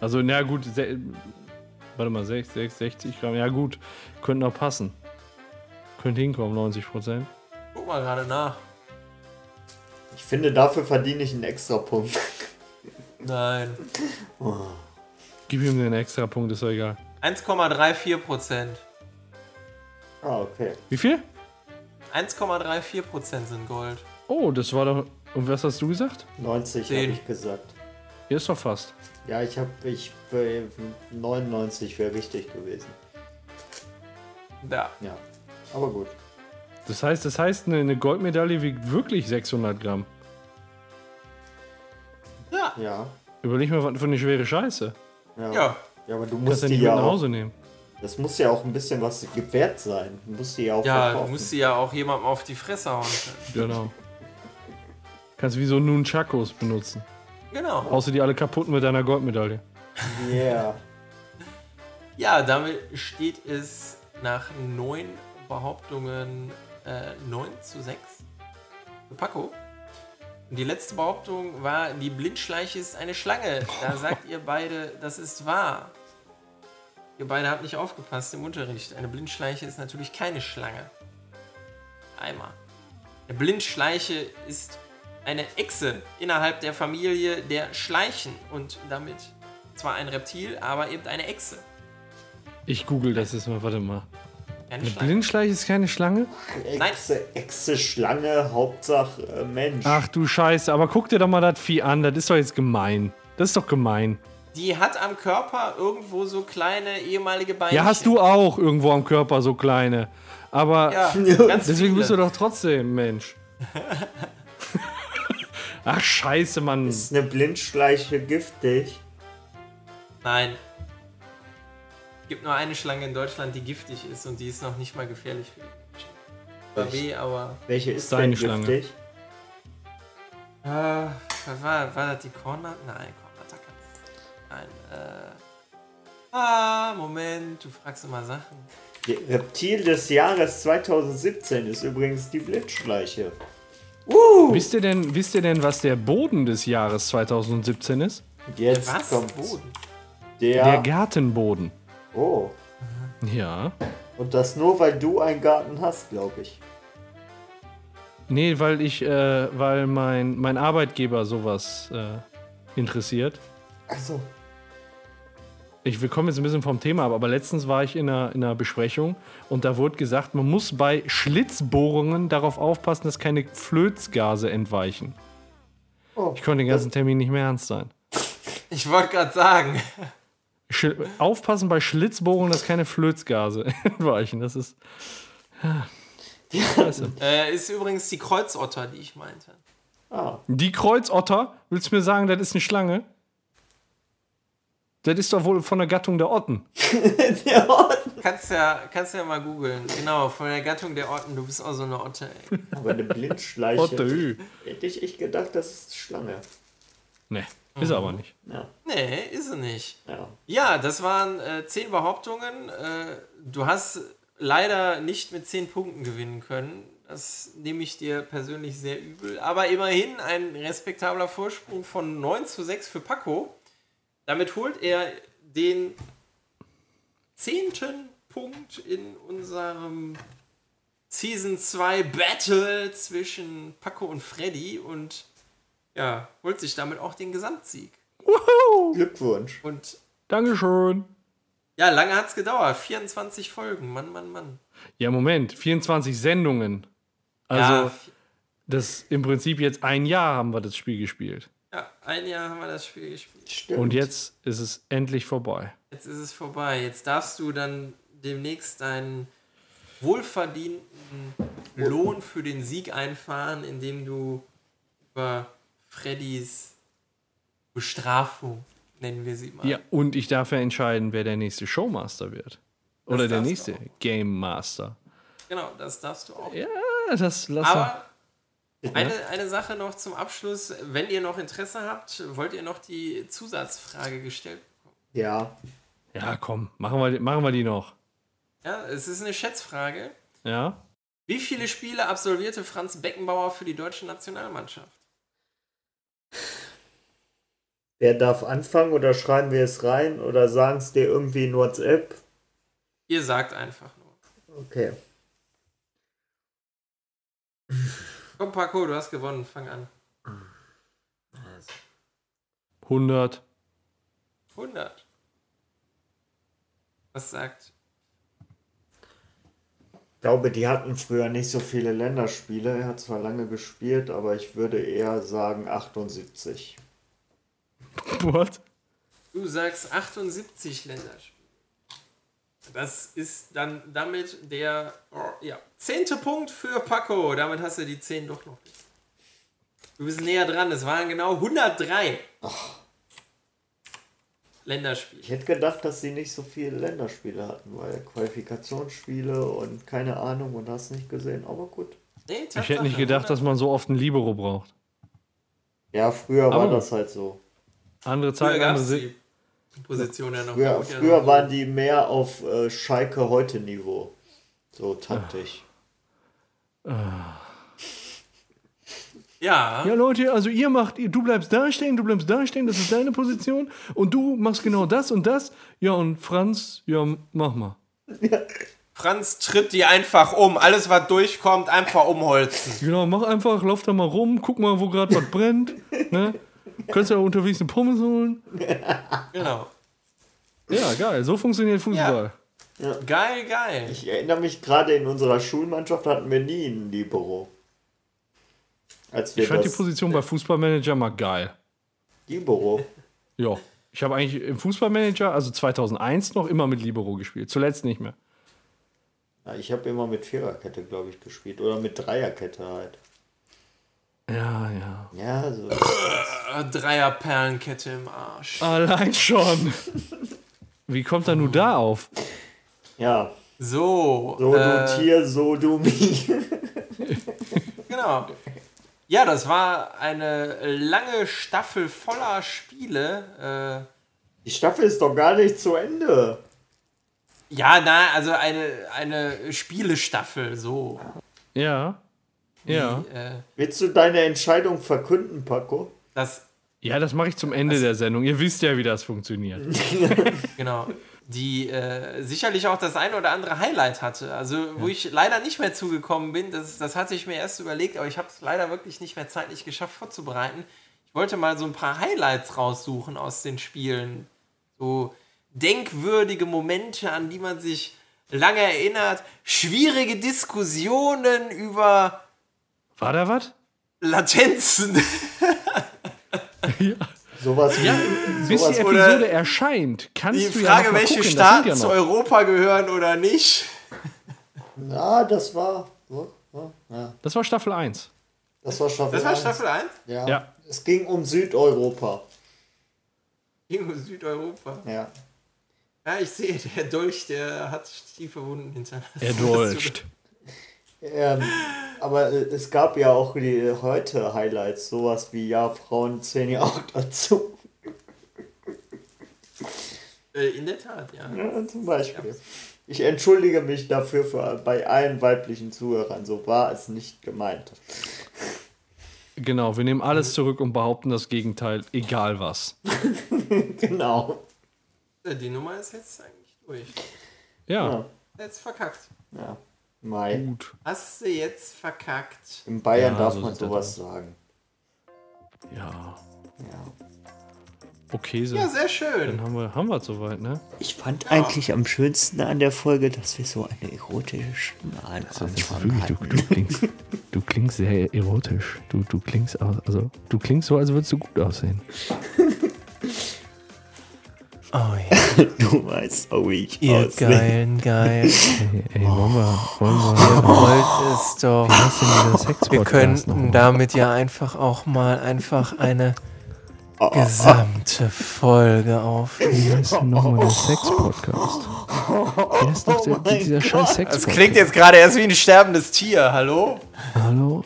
S2: Also, na gut, se- warte mal, 6, 6, 60 Gramm, ja gut, könnte noch passen. Könnte hinkommen, 90 Prozent.
S3: Guck mal gerade nach.
S1: Ich finde, dafür verdiene ich einen extra Punkt. *laughs*
S3: Nein.
S2: Gib ihm den extra Punkt, ist doch egal.
S3: 1,34 Prozent.
S1: Ah, okay.
S2: Wie viel?
S3: 1,34 Prozent sind Gold.
S2: Oh, das war doch. Und was hast du gesagt?
S1: 90 habe
S3: Zehn.
S1: ich gesagt.
S2: Hier ist doch fast.
S1: Ja, ich habe ich äh, 99 wäre richtig gewesen.
S3: Ja.
S1: Ja, aber gut.
S2: Das heißt, das heißt, eine- eine Goldmedaille wiegt wirklich 600 Gramm.
S3: Ja.
S1: Ja,
S2: Überleg mal, was für eine schwere Scheiße.
S1: ja.
S3: Ja.
S1: Ja, aber du
S2: Kannst
S1: musst
S2: du ja
S1: die
S2: nicht mit
S1: ja
S2: nach
S1: auch,
S2: Hause nehmen.
S1: das muss ja auch ein bisschen was gewährt sein. Du musst die ja auch
S3: Ja, du
S1: verkaufen.
S3: musst sie ja auch jemandem auf die Fresse hauen können.
S2: Genau. Kannst wie so Nunchakos benutzen.
S3: Genau.
S2: Haust du die alle kaputt mit deiner Goldmedaille.
S1: Yeah.
S3: Ja, damit steht es nach neun Behauptungen äh, 9 zu 6 für Paco. Und die letzte Behauptung war, die Blindschleiche ist eine Schlange. Da sagt ihr beide, das ist wahr. Ihr beide habt nicht aufgepasst im Unterricht. Eine Blindschleiche ist natürlich keine Schlange. Einmal. Eine Blindschleiche ist eine Echse innerhalb der Familie der Schleichen und damit zwar ein Reptil, aber eben eine Echse.
S2: Ich google das jetzt mal, warte mal.
S3: Keine
S2: Eine
S3: Schlange.
S2: Blindschleiche ist keine Schlange?
S1: Echse, Echse, Schlange, Hauptsache äh, Mensch.
S2: Ach du Scheiße, aber guck dir doch mal das Vieh an, das ist doch jetzt gemein. Das ist doch gemein.
S3: Die hat am Körper irgendwo so kleine ehemalige Beinchen.
S2: Ja, hast du auch irgendwo am Körper so kleine. Aber
S3: Ja, ganz
S2: deswegen
S3: viele.
S2: bist du doch trotzdem Mensch. Ach Scheiße, Mann.
S1: Ist eine Blindschleiche giftig?
S3: Nein. Es gibt nur eine Schlange in Deutschland, die giftig ist und die ist noch nicht mal gefährlich für die Menschen. War weh, aber.
S1: Welche ist
S2: Deine
S1: denn
S2: Schlange.
S1: giftig?
S3: Äh, war, war das die Kornattacke? Nein, Kornattacke. Nein, äh. Ah, Moment, du fragst immer Sachen.
S1: Die Reptil des Jahres 2017 ist übrigens die Blindschleiche. Uh!
S2: Wisst ihr, denn, wisst ihr denn, was der Boden des Jahres 2017 ist?
S1: Jetzt
S3: Was?
S1: kommt
S3: Boden?
S1: der.
S2: Der Gartenboden.
S1: oh.
S2: Ja.
S1: Und das nur, weil du einen Garten hast, glaube ich.
S2: Nee, weil ich, äh, weil mein, mein Arbeitgeber sowas äh, interessiert.
S1: Achso.
S2: Ich wir kommen jetzt ein bisschen vom Thema ab, aber letztens war ich in einer, in einer Besprechung und da wurde gesagt, man muss bei Schlitzbohrungen darauf aufpassen, dass keine Flözgase entweichen.
S1: Oh,
S2: Ich konnte den ganzen Termin nicht mehr ernst sein.
S3: Ich wollte gerade sagen.
S2: Sch aufpassen bei Schlitzbohrungen, dass keine Flözgase *laughs* entweichen. Das ist.
S3: Äh, ist übrigens die Kreuzotter, die ich meinte.
S1: Ah,
S2: Die Kreuzotter, willst du mir sagen, das ist eine Schlange? Das ist doch wohl von der Gattung der Otten.
S3: Kannst ja, kannst ja mal googeln. Genau, von der Gattung der Orten. Du bist auch so eine Otte, ey.
S2: *laughs*
S1: aber eine Blindschleiche.
S2: Otte.
S1: Hätte ich echt gedacht, das ist Schlange.
S2: Nee. Ist er aber nicht.
S1: Ja,
S3: Nee, ist er nicht.
S1: ja.
S3: Ja, das waren äh, zehn Behauptungen. Äh, du hast leider nicht mit zehn Punkten gewinnen können. Das nehme ich dir persönlich sehr übel. Aber immerhin ein respektabler Vorsprung von 9 zu 6 für Paco. Damit holt er den zehnten Punkt in unserem Season 2 Battle zwischen Paco und Freddy und ja, holt sich damit auch den Gesamtsieg.
S1: Glückwunsch.
S3: Und
S2: Dankeschön.
S3: ja, lange hat's gedauert. 24 Folgen. Mann, Mann, Mann.
S2: Ja, Moment, 24 Sendungen. Also,
S3: Ja, f-
S2: das im Prinzip jetzt ein Jahr haben wir das Spiel gespielt.
S3: ja, ein Jahr haben wir das Spiel gespielt.
S1: Stimmt.
S2: Und jetzt ist es endlich vorbei.
S3: Jetzt ist es vorbei. Jetzt darfst du dann demnächst deinen wohlverdienten Lohn für den Sieg einfahren, indem du über Freddys Bestrafung, nennen wir sie mal.
S2: Ja, und ich darf ja entscheiden, wer der nächste Showmaster wird. Oder der
S3: darfst du
S2: nächste Game Master.
S3: Genau, das darfst du auch.
S2: Ja, das lass mal.
S3: Aber eine, eine Sache noch zum Abschluss. Wenn ihr noch Interesse habt, wollt ihr noch die Zusatzfrage gestellt
S1: Ja.
S2: Ja, komm, machen wir, die- machen wir die noch.
S3: Ja, es ist eine Schätzfrage.
S2: Ja?
S3: Wie viele Spiele absolvierte Franz Beckenbauer für die deutsche Nationalmannschaft?
S1: Wer darf anfangen oder schreiben wir es rein oder sagen es dir irgendwie in WhatsApp?
S3: Ihr sagt einfach nur.
S1: Okay.
S3: Komm, Paco, du hast gewonnen, fang an.
S2: 100.
S3: 100. Was sagt?
S1: Ich glaube, die hatten früher nicht so viele Länderspiele. Er hat zwar lange gespielt, aber ich würde eher sagen 78.
S2: *laughs* What?
S3: Du sagst 78 Länderspiele. Das ist dann damit der oh, ja, zehnte Punkt für Paco. Damit hast du die 10 doch noch. Du bist näher dran. Es waren genau 103 Länderspiele.
S1: Ich hätte gedacht, dass sie nicht so viele Länderspiele hatten, weil Qualifikationsspiele und keine Ahnung und hast nicht gesehen, aber gut.
S3: Nee,
S2: Ich hätte nicht gedacht, dass man so oft einen Libero braucht.
S1: Ja, früher war
S2: Aber-
S1: das halt so.
S2: Andere Zeiten,
S3: Früher
S2: andere
S3: gab's
S2: Se-
S3: die Position ja noch.
S1: Früher,
S3: gut, ja,
S1: früher
S3: noch.
S1: waren die mehr auf äh, Schalke heute Niveau. So
S2: Ah.
S1: taktisch.
S3: Ja,
S2: Ja, Leute, also ihr macht, ihr- du bleibst da stehen, du bleibst da stehen, das ist deine Position. Und du machst genau das und das. Ja, und Franz, ja, mach mal.
S3: Franz tritt die einfach um. Alles, was durchkommt, einfach umholzen.
S2: Genau, mach einfach, lauf da mal rum, guck mal, wo gerade was
S3: *laughs*
S2: brennt. Ne? Könntest ja unterwegs eine Pommes holen.
S3: Genau.
S2: Ja, geil, so funktioniert Fußball.
S3: Geil, geil.
S1: Ich erinnere mich gerade, in unserer Schulmannschaft hatten wir nie einen Libero. Als wir
S2: Ich fand die
S1: das-
S2: Position bei Fußballmanager mal geil.
S1: Libero.
S2: Ja, ich habe eigentlich im Fußballmanager, also 2001 noch immer mit Libero gespielt, zuletzt nicht mehr.
S1: Ja, ich habe immer mit Viererkette, glaube ich, gespielt. Oder mit Dreierkette halt.
S2: Ja, ja.
S1: Ja, so.
S3: Äh, Dreierperlenkette im Arsch.
S2: Allein schon. Wie kommt er nur da auf?
S1: Ja,
S3: So.
S1: so
S3: äh,
S1: du Tier, so du *laughs* Mi.
S3: Genau. Ja, das war eine lange Staffel voller Spiele. Äh,
S1: Die Staffel ist doch gar nicht zu Ende.
S3: ja, na, also eine, eine Spielestaffel, so.
S2: Ja. Ja.
S3: Äh,
S1: Willst du deine Entscheidung verkünden, Paco?
S3: das
S2: Ja, das mache ich zum Ende der Sendung. Ihr wisst ja, wie das funktioniert.
S3: Genau. Die äh, sicherlich auch das ein oder andere Highlight hatte. Also, wo ich leider nicht mehr zugekommen bin, das, das hatte ich mir erst überlegt, aber ich habe es leider wirklich nicht mehr zeitlich geschafft vorzubereiten. Ich wollte mal so ein paar Highlights raussuchen aus den Spielen. So denkwürdige Momente, an die man sich lange erinnert. Schwierige Diskussionen über
S2: War da was?
S3: Latenzen.
S2: Ja.
S1: Sowas wie.
S2: Bis die
S1: sowas
S2: Episode
S3: oder
S2: erscheint, kannst
S3: Die
S2: du ja. noch
S3: Frage,
S2: mal
S3: welche
S2: gucken. Das sind
S3: Staaten
S2: ja
S3: zu
S2: noch.
S3: Europa gehören oder nicht.
S1: Na, das war. so, so, Ja,
S2: Das war Staffel 1.
S1: das war Staffel
S3: Das war
S1: eins.
S3: Staffel 1.
S1: Ja.
S3: *laughs*
S2: Ja.
S1: Es ging um Südeuropa.
S3: Irgendwo Südeuropa.
S1: Ja.
S3: Ja, ich sehe, der Dolch, der hat tiefe Wunden hinterlassen.
S2: Er dolcht.
S1: Ähm, aber äh, es gab ja auch die heute Highlights, sowas wie ja, Frauen zählen ja auch dazu.
S3: Äh, in der Tat, ja.
S1: Ja, zum Beispiel. Ich entschuldige mich dafür für, bei allen weiblichen Zuhörern. So war es nicht gemeint. *laughs*
S2: Genau, wir nehmen alles zurück und behaupten das Gegenteil, egal was.
S1: genau.
S3: Äh, Die Nummer ist jetzt eigentlich durch.
S2: Ja,
S1: Ja.
S3: Jetzt verkackt.
S1: ja. Mai.
S2: gut.
S3: Hast du jetzt verkackt?
S1: In Bayern
S2: Ja,
S1: darf
S2: so
S1: man
S2: sieht das
S1: sowas sagen.
S2: Ja.
S1: Ja.
S2: Okay, so.
S3: Ja, sehr schön.
S2: Dann haben wir, haben wir es soweit, ne?
S1: Ich fand eigentlich am schönsten an der Folge, dass wir so eine erotische Stimme Also, an Anfang hatten.
S2: klingst, du klingst sehr erotisch. Du, du klingst also du klingst so, als würdest du gut aussehen.
S3: Oh ja,
S1: *laughs* Du weißt, oh ich
S3: geilen, geil.
S2: Ey, ey, wollen wir, wollen
S3: Ihr wollt es doch.
S2: was denn dieser Sex
S3: Wir könnten damit ja einfach auch mal einfach eine Oh, gesamte Folge aufnehmen.
S2: Wie heißt denn nochmal der Sex-Podcast? Wie heißt doch der,
S1: mein
S2: dieser scheiß sex
S3: Das klingt jetzt gerade erst wie ein sterbendes Tier, hallo?
S2: Hallo?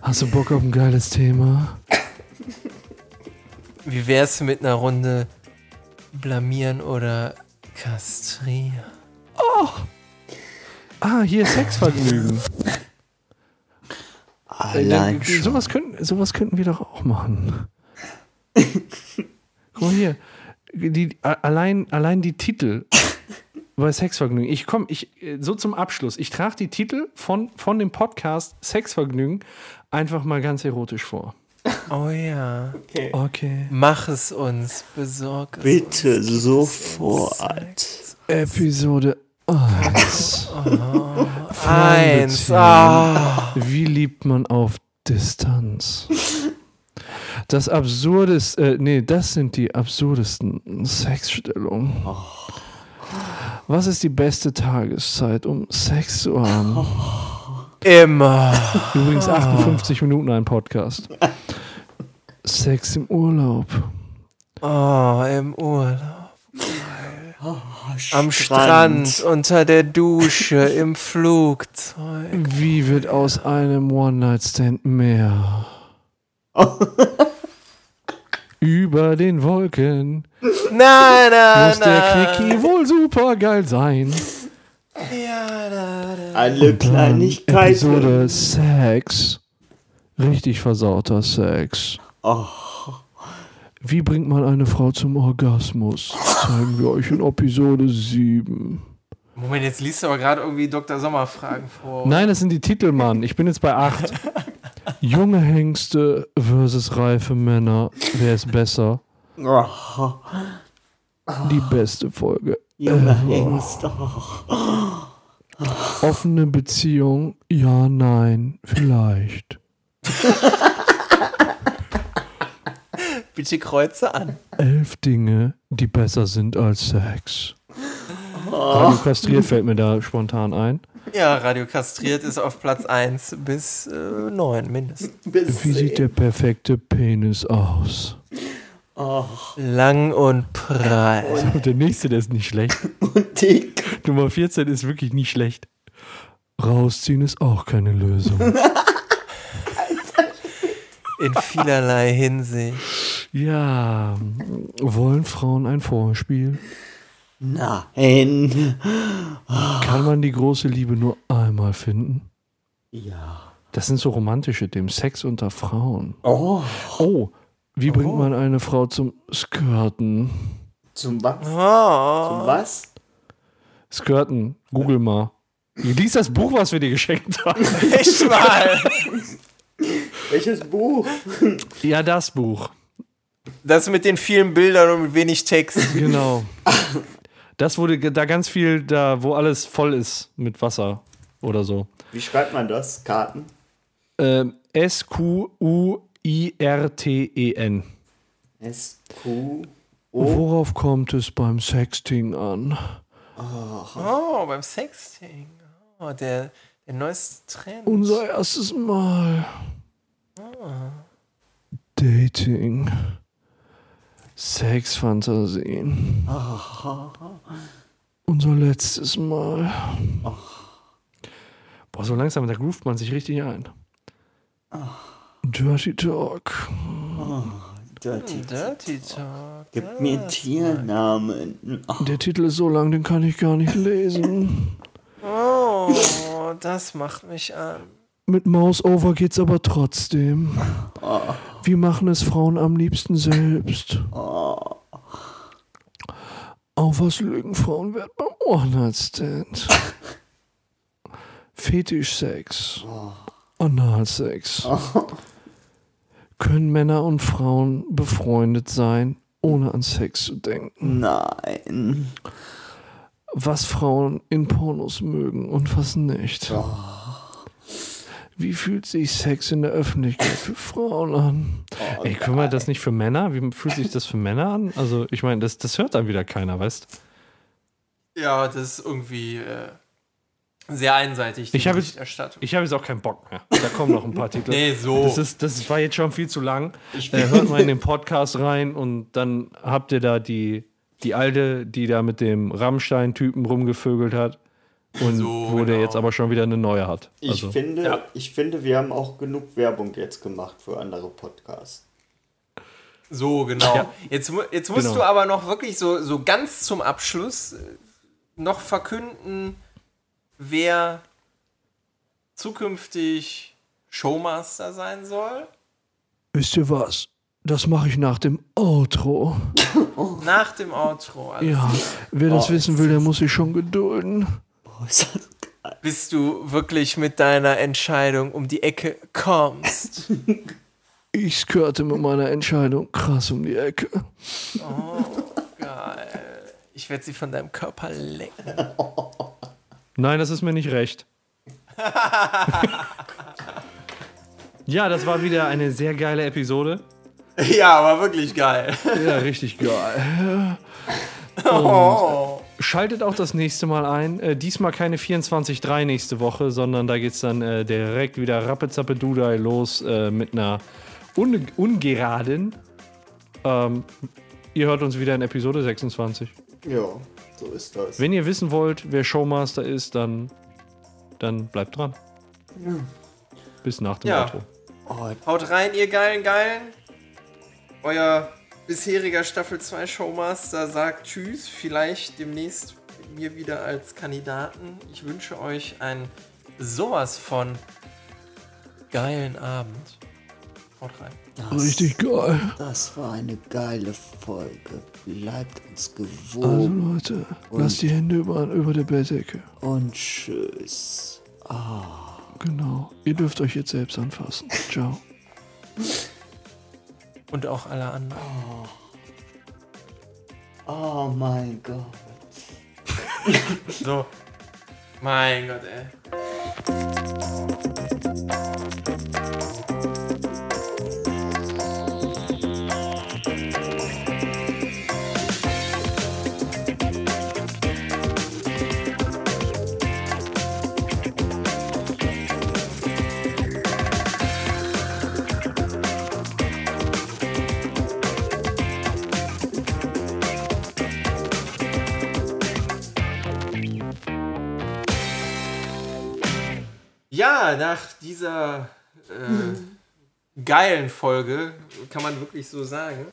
S2: Hast du Bock auf ein geiles Thema?
S3: Wie wär's mit einer Runde blamieren oder kastrieren?
S2: Ah, hier Sexvergnügen.
S1: Allein
S2: Äh,
S1: schon.
S2: sowas, könnten, sowas könnten wir doch auch machen. Guck mal hier. Die, a- allein, allein die Titel bei Sexvergnügen. Ich komme, ich, äh, so zum Abschluss. Ich trage die Titel von, von dem Podcast Sexvergnügen einfach mal ganz erotisch vor.
S3: Oh ja.
S1: Okay.
S2: Okay.
S3: Mach es uns, besorg es
S1: Bitte
S3: uns.
S1: sofort.
S2: Episode 1.
S3: Eins.
S2: Fernbeziehung.
S3: Ah.
S2: Wie liebt man auf Distanz? Das absurdeste, äh, nee, das sind die absurdesten Sexstellungen. Was ist die beste Tageszeit, um Sex zu haben?
S3: Immer.
S2: Übrigens
S3: Ah.
S2: 58 Minuten ein Podcast. Sex im Urlaub.
S3: Oh, im Urlaub. Am
S1: Strand.
S3: Strand, unter der *laughs* Dusche, im Flugzeug.
S2: Wie wird aus einem One-Night-Stand mehr? Über den Wolken
S3: Na, na,
S2: muss der
S3: na.
S2: Quickie wohl super geil sein.
S3: Ja, na, na.
S1: Alle
S2: Dann Episode
S1: Kleinigkeiten.
S2: Sex. Richtig versauter Sex.
S1: Oh.
S2: Wie bringt man eine Frau zum Orgasmus? Zeigen wir euch in Episode 7.
S3: Moment, jetzt liest du aber gerade irgendwie Dr. Sommer Fragen vor.
S2: Nein, das sind die Titel, Mann. Ich bin jetzt bei *laughs* 8. Junge Hengste versus reife Männer. Wer ist besser? *laughs*
S1: Oh.
S2: Die beste Folge.
S1: Junge
S2: äh,
S1: Hengst. Oh.
S2: Offene Beziehung? Ja, nein, vielleicht.
S3: Bitte kreuze an.
S2: Elf Dinge, die besser sind als Sex. Radio Kastriert fällt mir da spontan ein.
S3: Ja, Radio Kastriert ist auf Platz 1 bis äh, 9 mindestens.
S1: Bis
S2: Wie sieht der perfekte Penis aus?
S1: oh.
S3: Lang und prall.
S2: *laughs* Der nächste, der ist nicht schlecht.
S1: dick.
S2: Nummer 14 ist wirklich nicht schlecht. Rausziehen ist auch keine Lösung.
S3: In vielerlei *laughs* Hinsicht.
S2: Ja, wollen Frauen ein Vorspiel?
S1: Nein.
S2: Kann man die große Liebe nur einmal finden?
S1: Ja.
S2: Das sind so romantische Themen. Sex unter Frauen. Oh. Oh, wie bringt man eine Frau zum Skirten?
S1: Zum was? Zum
S3: Oh.
S1: was?
S2: Skirten, google mal. Lies das Buch, was wir dir geschenkt haben.
S3: Echt mal.
S1: Welches Buch?
S2: Ja, das Buch.
S3: Das mit den vielen Bildern und mit wenig Text.
S2: Genau. Das wurde ge- da ganz viel, da wo alles voll ist mit Wasser oder so.
S1: Wie schreibt man das? Karten?
S2: Ähm, S-Q-U-I-R-T-E-N.
S1: S, Q, O.
S2: Worauf kommt es beim Sexting an?
S3: Oh, beim Sexting. Oh, der, der neueste Trend.
S2: Unser erstes Mal. Dating. Sexfantasien. Unser letztes Mal. Boah, so langsam, da groovt man sich richtig ein. Dirty Talk.
S1: Dirty.
S3: Dirty Talk.
S1: Gib mir Tiernamen. Oh,
S2: Der Titel ist so lang, den kann ich gar nicht lesen.
S3: Oh, das macht mich an.
S2: Mit Mouse Over geht's aber trotzdem. Wir machen es Frauen am liebsten selbst. Auf was lügen Frauen wert beim One-Night-Stand? Fetischsex. Analsex. Können Männer und Frauen befreundet sein, ohne an Sex zu denken?
S1: nein.
S2: was Frauen in Pornos mögen und was nicht. Wie fühlt sich Sex in der Öffentlichkeit für Frauen an? Ey, können wir das nicht für Männer? Wie fühlt sich das für Männer an? Also, ich meine, das, das hört dann wieder keiner, weißt
S3: Ja, das ist irgendwie äh, sehr einseitig, die
S2: Ich habe-
S3: Berichterstattung.
S2: Ich habe jetzt auch keinen Bock mehr. Da kommen noch ein paar Titel.
S3: Nee, so.
S2: Das, ist, das war jetzt schon viel zu lang. Äh, hört mal in den Podcast rein und dann habt ihr da die, die Alte, die da mit dem Rammstein-Typen rumgevögelt hat. Und
S3: So,
S2: wo der
S3: genau.
S2: jetzt aber schon wieder eine neue hat. Also,
S1: Ich, finde, ich finde, wir haben auch genug Werbung jetzt gemacht für andere Podcasts.
S3: So, genau.
S2: Ja.
S3: Jetzt, mu- jetzt musst
S2: Genau.
S3: du aber noch wirklich so, so ganz zum Abschluss äh, noch verkünden, wer zukünftig Showmaster sein soll.
S2: Wisst ihr was? Das mache ich nach dem Outro.
S3: Nach dem Outro. Also Alles.
S2: Ja, wer das wissen will, der muss sich schon gedulden.
S1: Oh, ist das geil.
S3: Bis du wirklich mit deiner Entscheidung um die Ecke *laughs* kommst.
S2: Ich skörte mit meiner Entscheidung krass um die Ecke.
S3: Geil. Ich werde sie von deinem Körper lecken.
S2: Nein, das ist mir nicht recht. ja, das war wieder eine sehr geile Episode.
S3: Ja, war wirklich geil.
S2: Ja, richtig geil.
S3: *laughs* Oh.
S2: Schaltet auch das nächste Mal ein. Äh, diesmal keine 24.3 nächste Woche, sondern da geht's dann äh, direkt wieder rappezappe Dudai los äh, mit einer un ungeraden. Ähm, ihr hört uns wieder in Episode 26.
S1: Ja, so ist das.
S2: Wenn ihr wissen wollt, wer Showmaster ist, dann, dann bleibt dran. Bis nach dem
S3: Ja.
S2: Outro.
S1: Oh,
S3: Haut rein, ihr geilen Geilen. Euer bisheriger Staffel 2 Showmaster sagt Tschüss. Vielleicht demnächst mit mir wieder als Kandidaten. Ich wünsche euch einen sowas von geilen Abend. Haut rein.
S2: Richtig geil.
S1: Das war eine geile Folge. Bleibt uns
S2: Also
S1: gewogen
S2: Leute, lasst die Hände über, über der Bettdecke.
S1: und tschüss.
S2: Genau. Ihr dürft euch jetzt selbst anfassen. Ciao.
S3: Und auch alle anderen.
S1: Oh mein Gott.
S3: So. Mein Gott, ey. Ja, nach dieser äh, geilen Folge, kann man wirklich so sagen,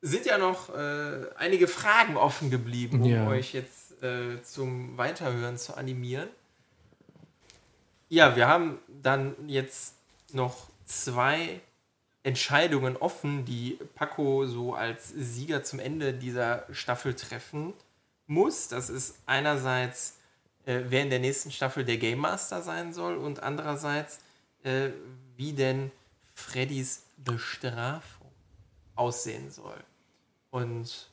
S3: sind ja noch äh, einige Fragen offen geblieben, um
S2: Ja.
S3: euch jetzt äh, zum Weiterhören zu animieren. Ja, wir haben dann jetzt noch zwei Entscheidungen offen, die Paco so als Sieger zum Ende dieser Staffel treffen muss. Das ist einerseits äh, wer in der nächsten Staffel der Game Master sein soll und andererseits, äh, wie denn Freddys Bestrafung aussehen soll. Und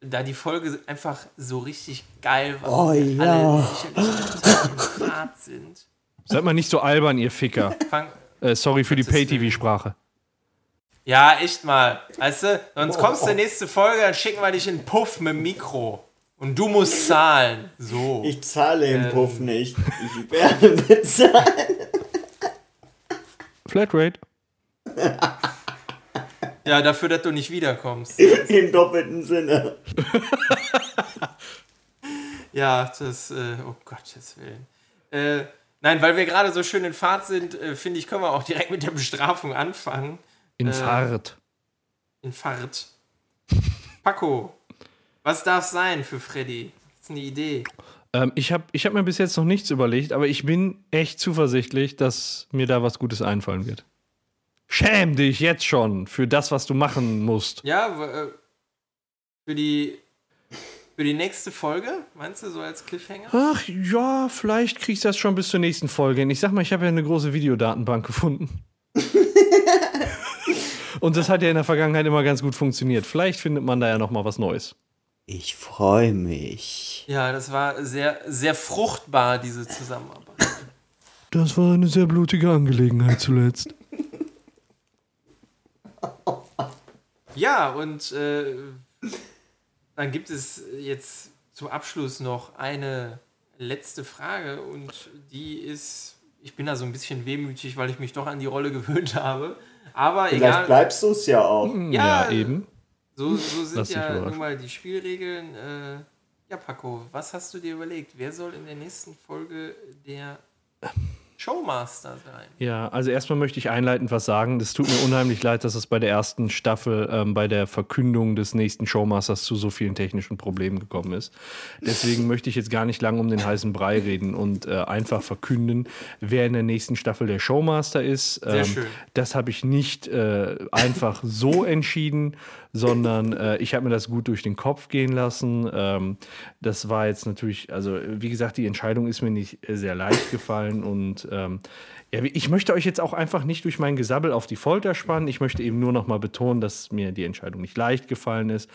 S3: da die Folge einfach so richtig geil war,
S1: Oh
S3: und wir
S1: ja.
S3: alle sicherlich total im Fahrt sind,
S2: Seid mal nicht so albern, ihr Ficker. *laughs*
S3: fang,
S2: Äh, sorry für die
S3: Gottes Willen.
S2: Pay-TV-Sprache.
S3: Ja, echt mal. Weißt du, sonst
S1: Oh.
S3: kommst du nächste Folge, dann schicken wir dich in den Puff mit dem Mikro. Und du musst zahlen. So.
S1: Ich zahle im Puff nicht. Ich werde bezahlt.
S2: Flatrate.
S3: Ja, dafür, dass du nicht wiederkommst.
S1: Im doppelten Sinne.
S3: Ja, das, äh, oh Gottes Willen. Äh, nein, weil wir gerade so schön in Fahrt sind, äh, finde ich, können wir auch direkt mit der Bestrafung anfangen.
S2: Ins
S3: Äh.
S2: Hart.
S3: Infart. Paco, was darf sein für Freddy? Das ist eine Idee.
S2: Ähm, ich habe ich hab mir bis jetzt noch nichts überlegt, aber ich bin echt zuversichtlich, dass mir da was Gutes einfallen wird. Schäm dich jetzt schon für das, was du machen musst.
S3: Ja, w- äh, für die, für die nächste Folge, meinst du, so als Cliffhanger?
S2: Ach ja, vielleicht kriegst du das schon bis zur nächsten Folge hin. Ich sag mal, ich habe ja eine große Videodatenbank *laughs* gefunden. Und das hat ja in der Vergangenheit immer ganz gut funktioniert. Vielleicht findet man da ja noch mal was Neues.
S1: Ich freue mich.
S3: Ja, das war sehr, sehr fruchtbar, diese Zusammenarbeit.
S2: Das war eine sehr blutige Angelegenheit zuletzt.
S3: Ja, und äh, dann gibt es jetzt zum Abschluss noch eine letzte Frage und die ist, ich bin da so ein bisschen wehmütig, weil ich mich doch an die Rolle *laughs* gewöhnt habe. Aber
S1: Vielleicht
S3: egal.
S1: bleibst du es ja auch.
S2: Ja,
S3: Ja.
S2: eben.
S3: So, so sind
S2: Lass dich
S3: ja nun
S2: überraschen.
S3: mal die Spielregeln. Äh, ja, Paco, was hast du dir überlegt? Wer soll in der nächsten Folge der Showmaster sein?
S2: Ja, also erstmal möchte ich einleitend was sagen. Es tut mir unheimlich leid, dass es bei der ersten Staffel ähm, bei der Verkündung des nächsten Showmasters zu so vielen technischen Problemen gekommen ist. Deswegen möchte ich jetzt gar nicht lange um den heißen Brei reden und äh, einfach verkünden, wer in der nächsten Staffel der Showmaster ist. Ähm,
S3: Sehr schön.
S2: Das habe ich nicht äh, einfach so entschieden, sondern äh, ich habe mir das gut durch den Kopf gehen lassen. Ähm, das war jetzt natürlich, also äh, wie gesagt, die Entscheidung ist mir nicht äh, sehr leicht gefallen und ähm, ja, wie- ich möchte euch jetzt auch einfach nicht durch mein Gesabbel auf die Folter spannen. Ich möchte eben nur noch mal betonen, dass mir die Entscheidung nicht leicht gefallen ist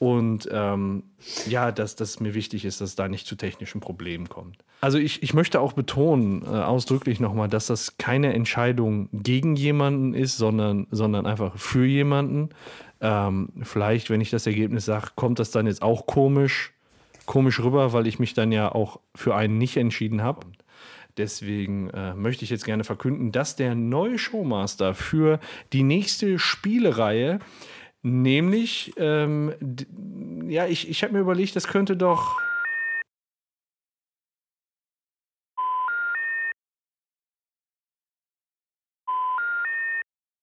S2: und ähm, ja, dass das mir wichtig ist, dass es da nicht zu technischen Problemen kommt. Also ich, ich möchte auch betonen, äh, ausdrücklich nochmal, dass das keine Entscheidung gegen jemanden ist, sondern, sondern einfach für jemanden. Ähm, vielleicht, wenn ich das Ergebnis sage, kommt das dann jetzt auch komisch, komisch rüber, weil ich mich dann ja auch für einen nicht entschieden habe. Deswegen äh, möchte ich jetzt gerne verkünden, dass der neue Showmaster für die nächste Spielereihe, nämlich, ähm, d- ja, ich, ich habe mir überlegt, das könnte doch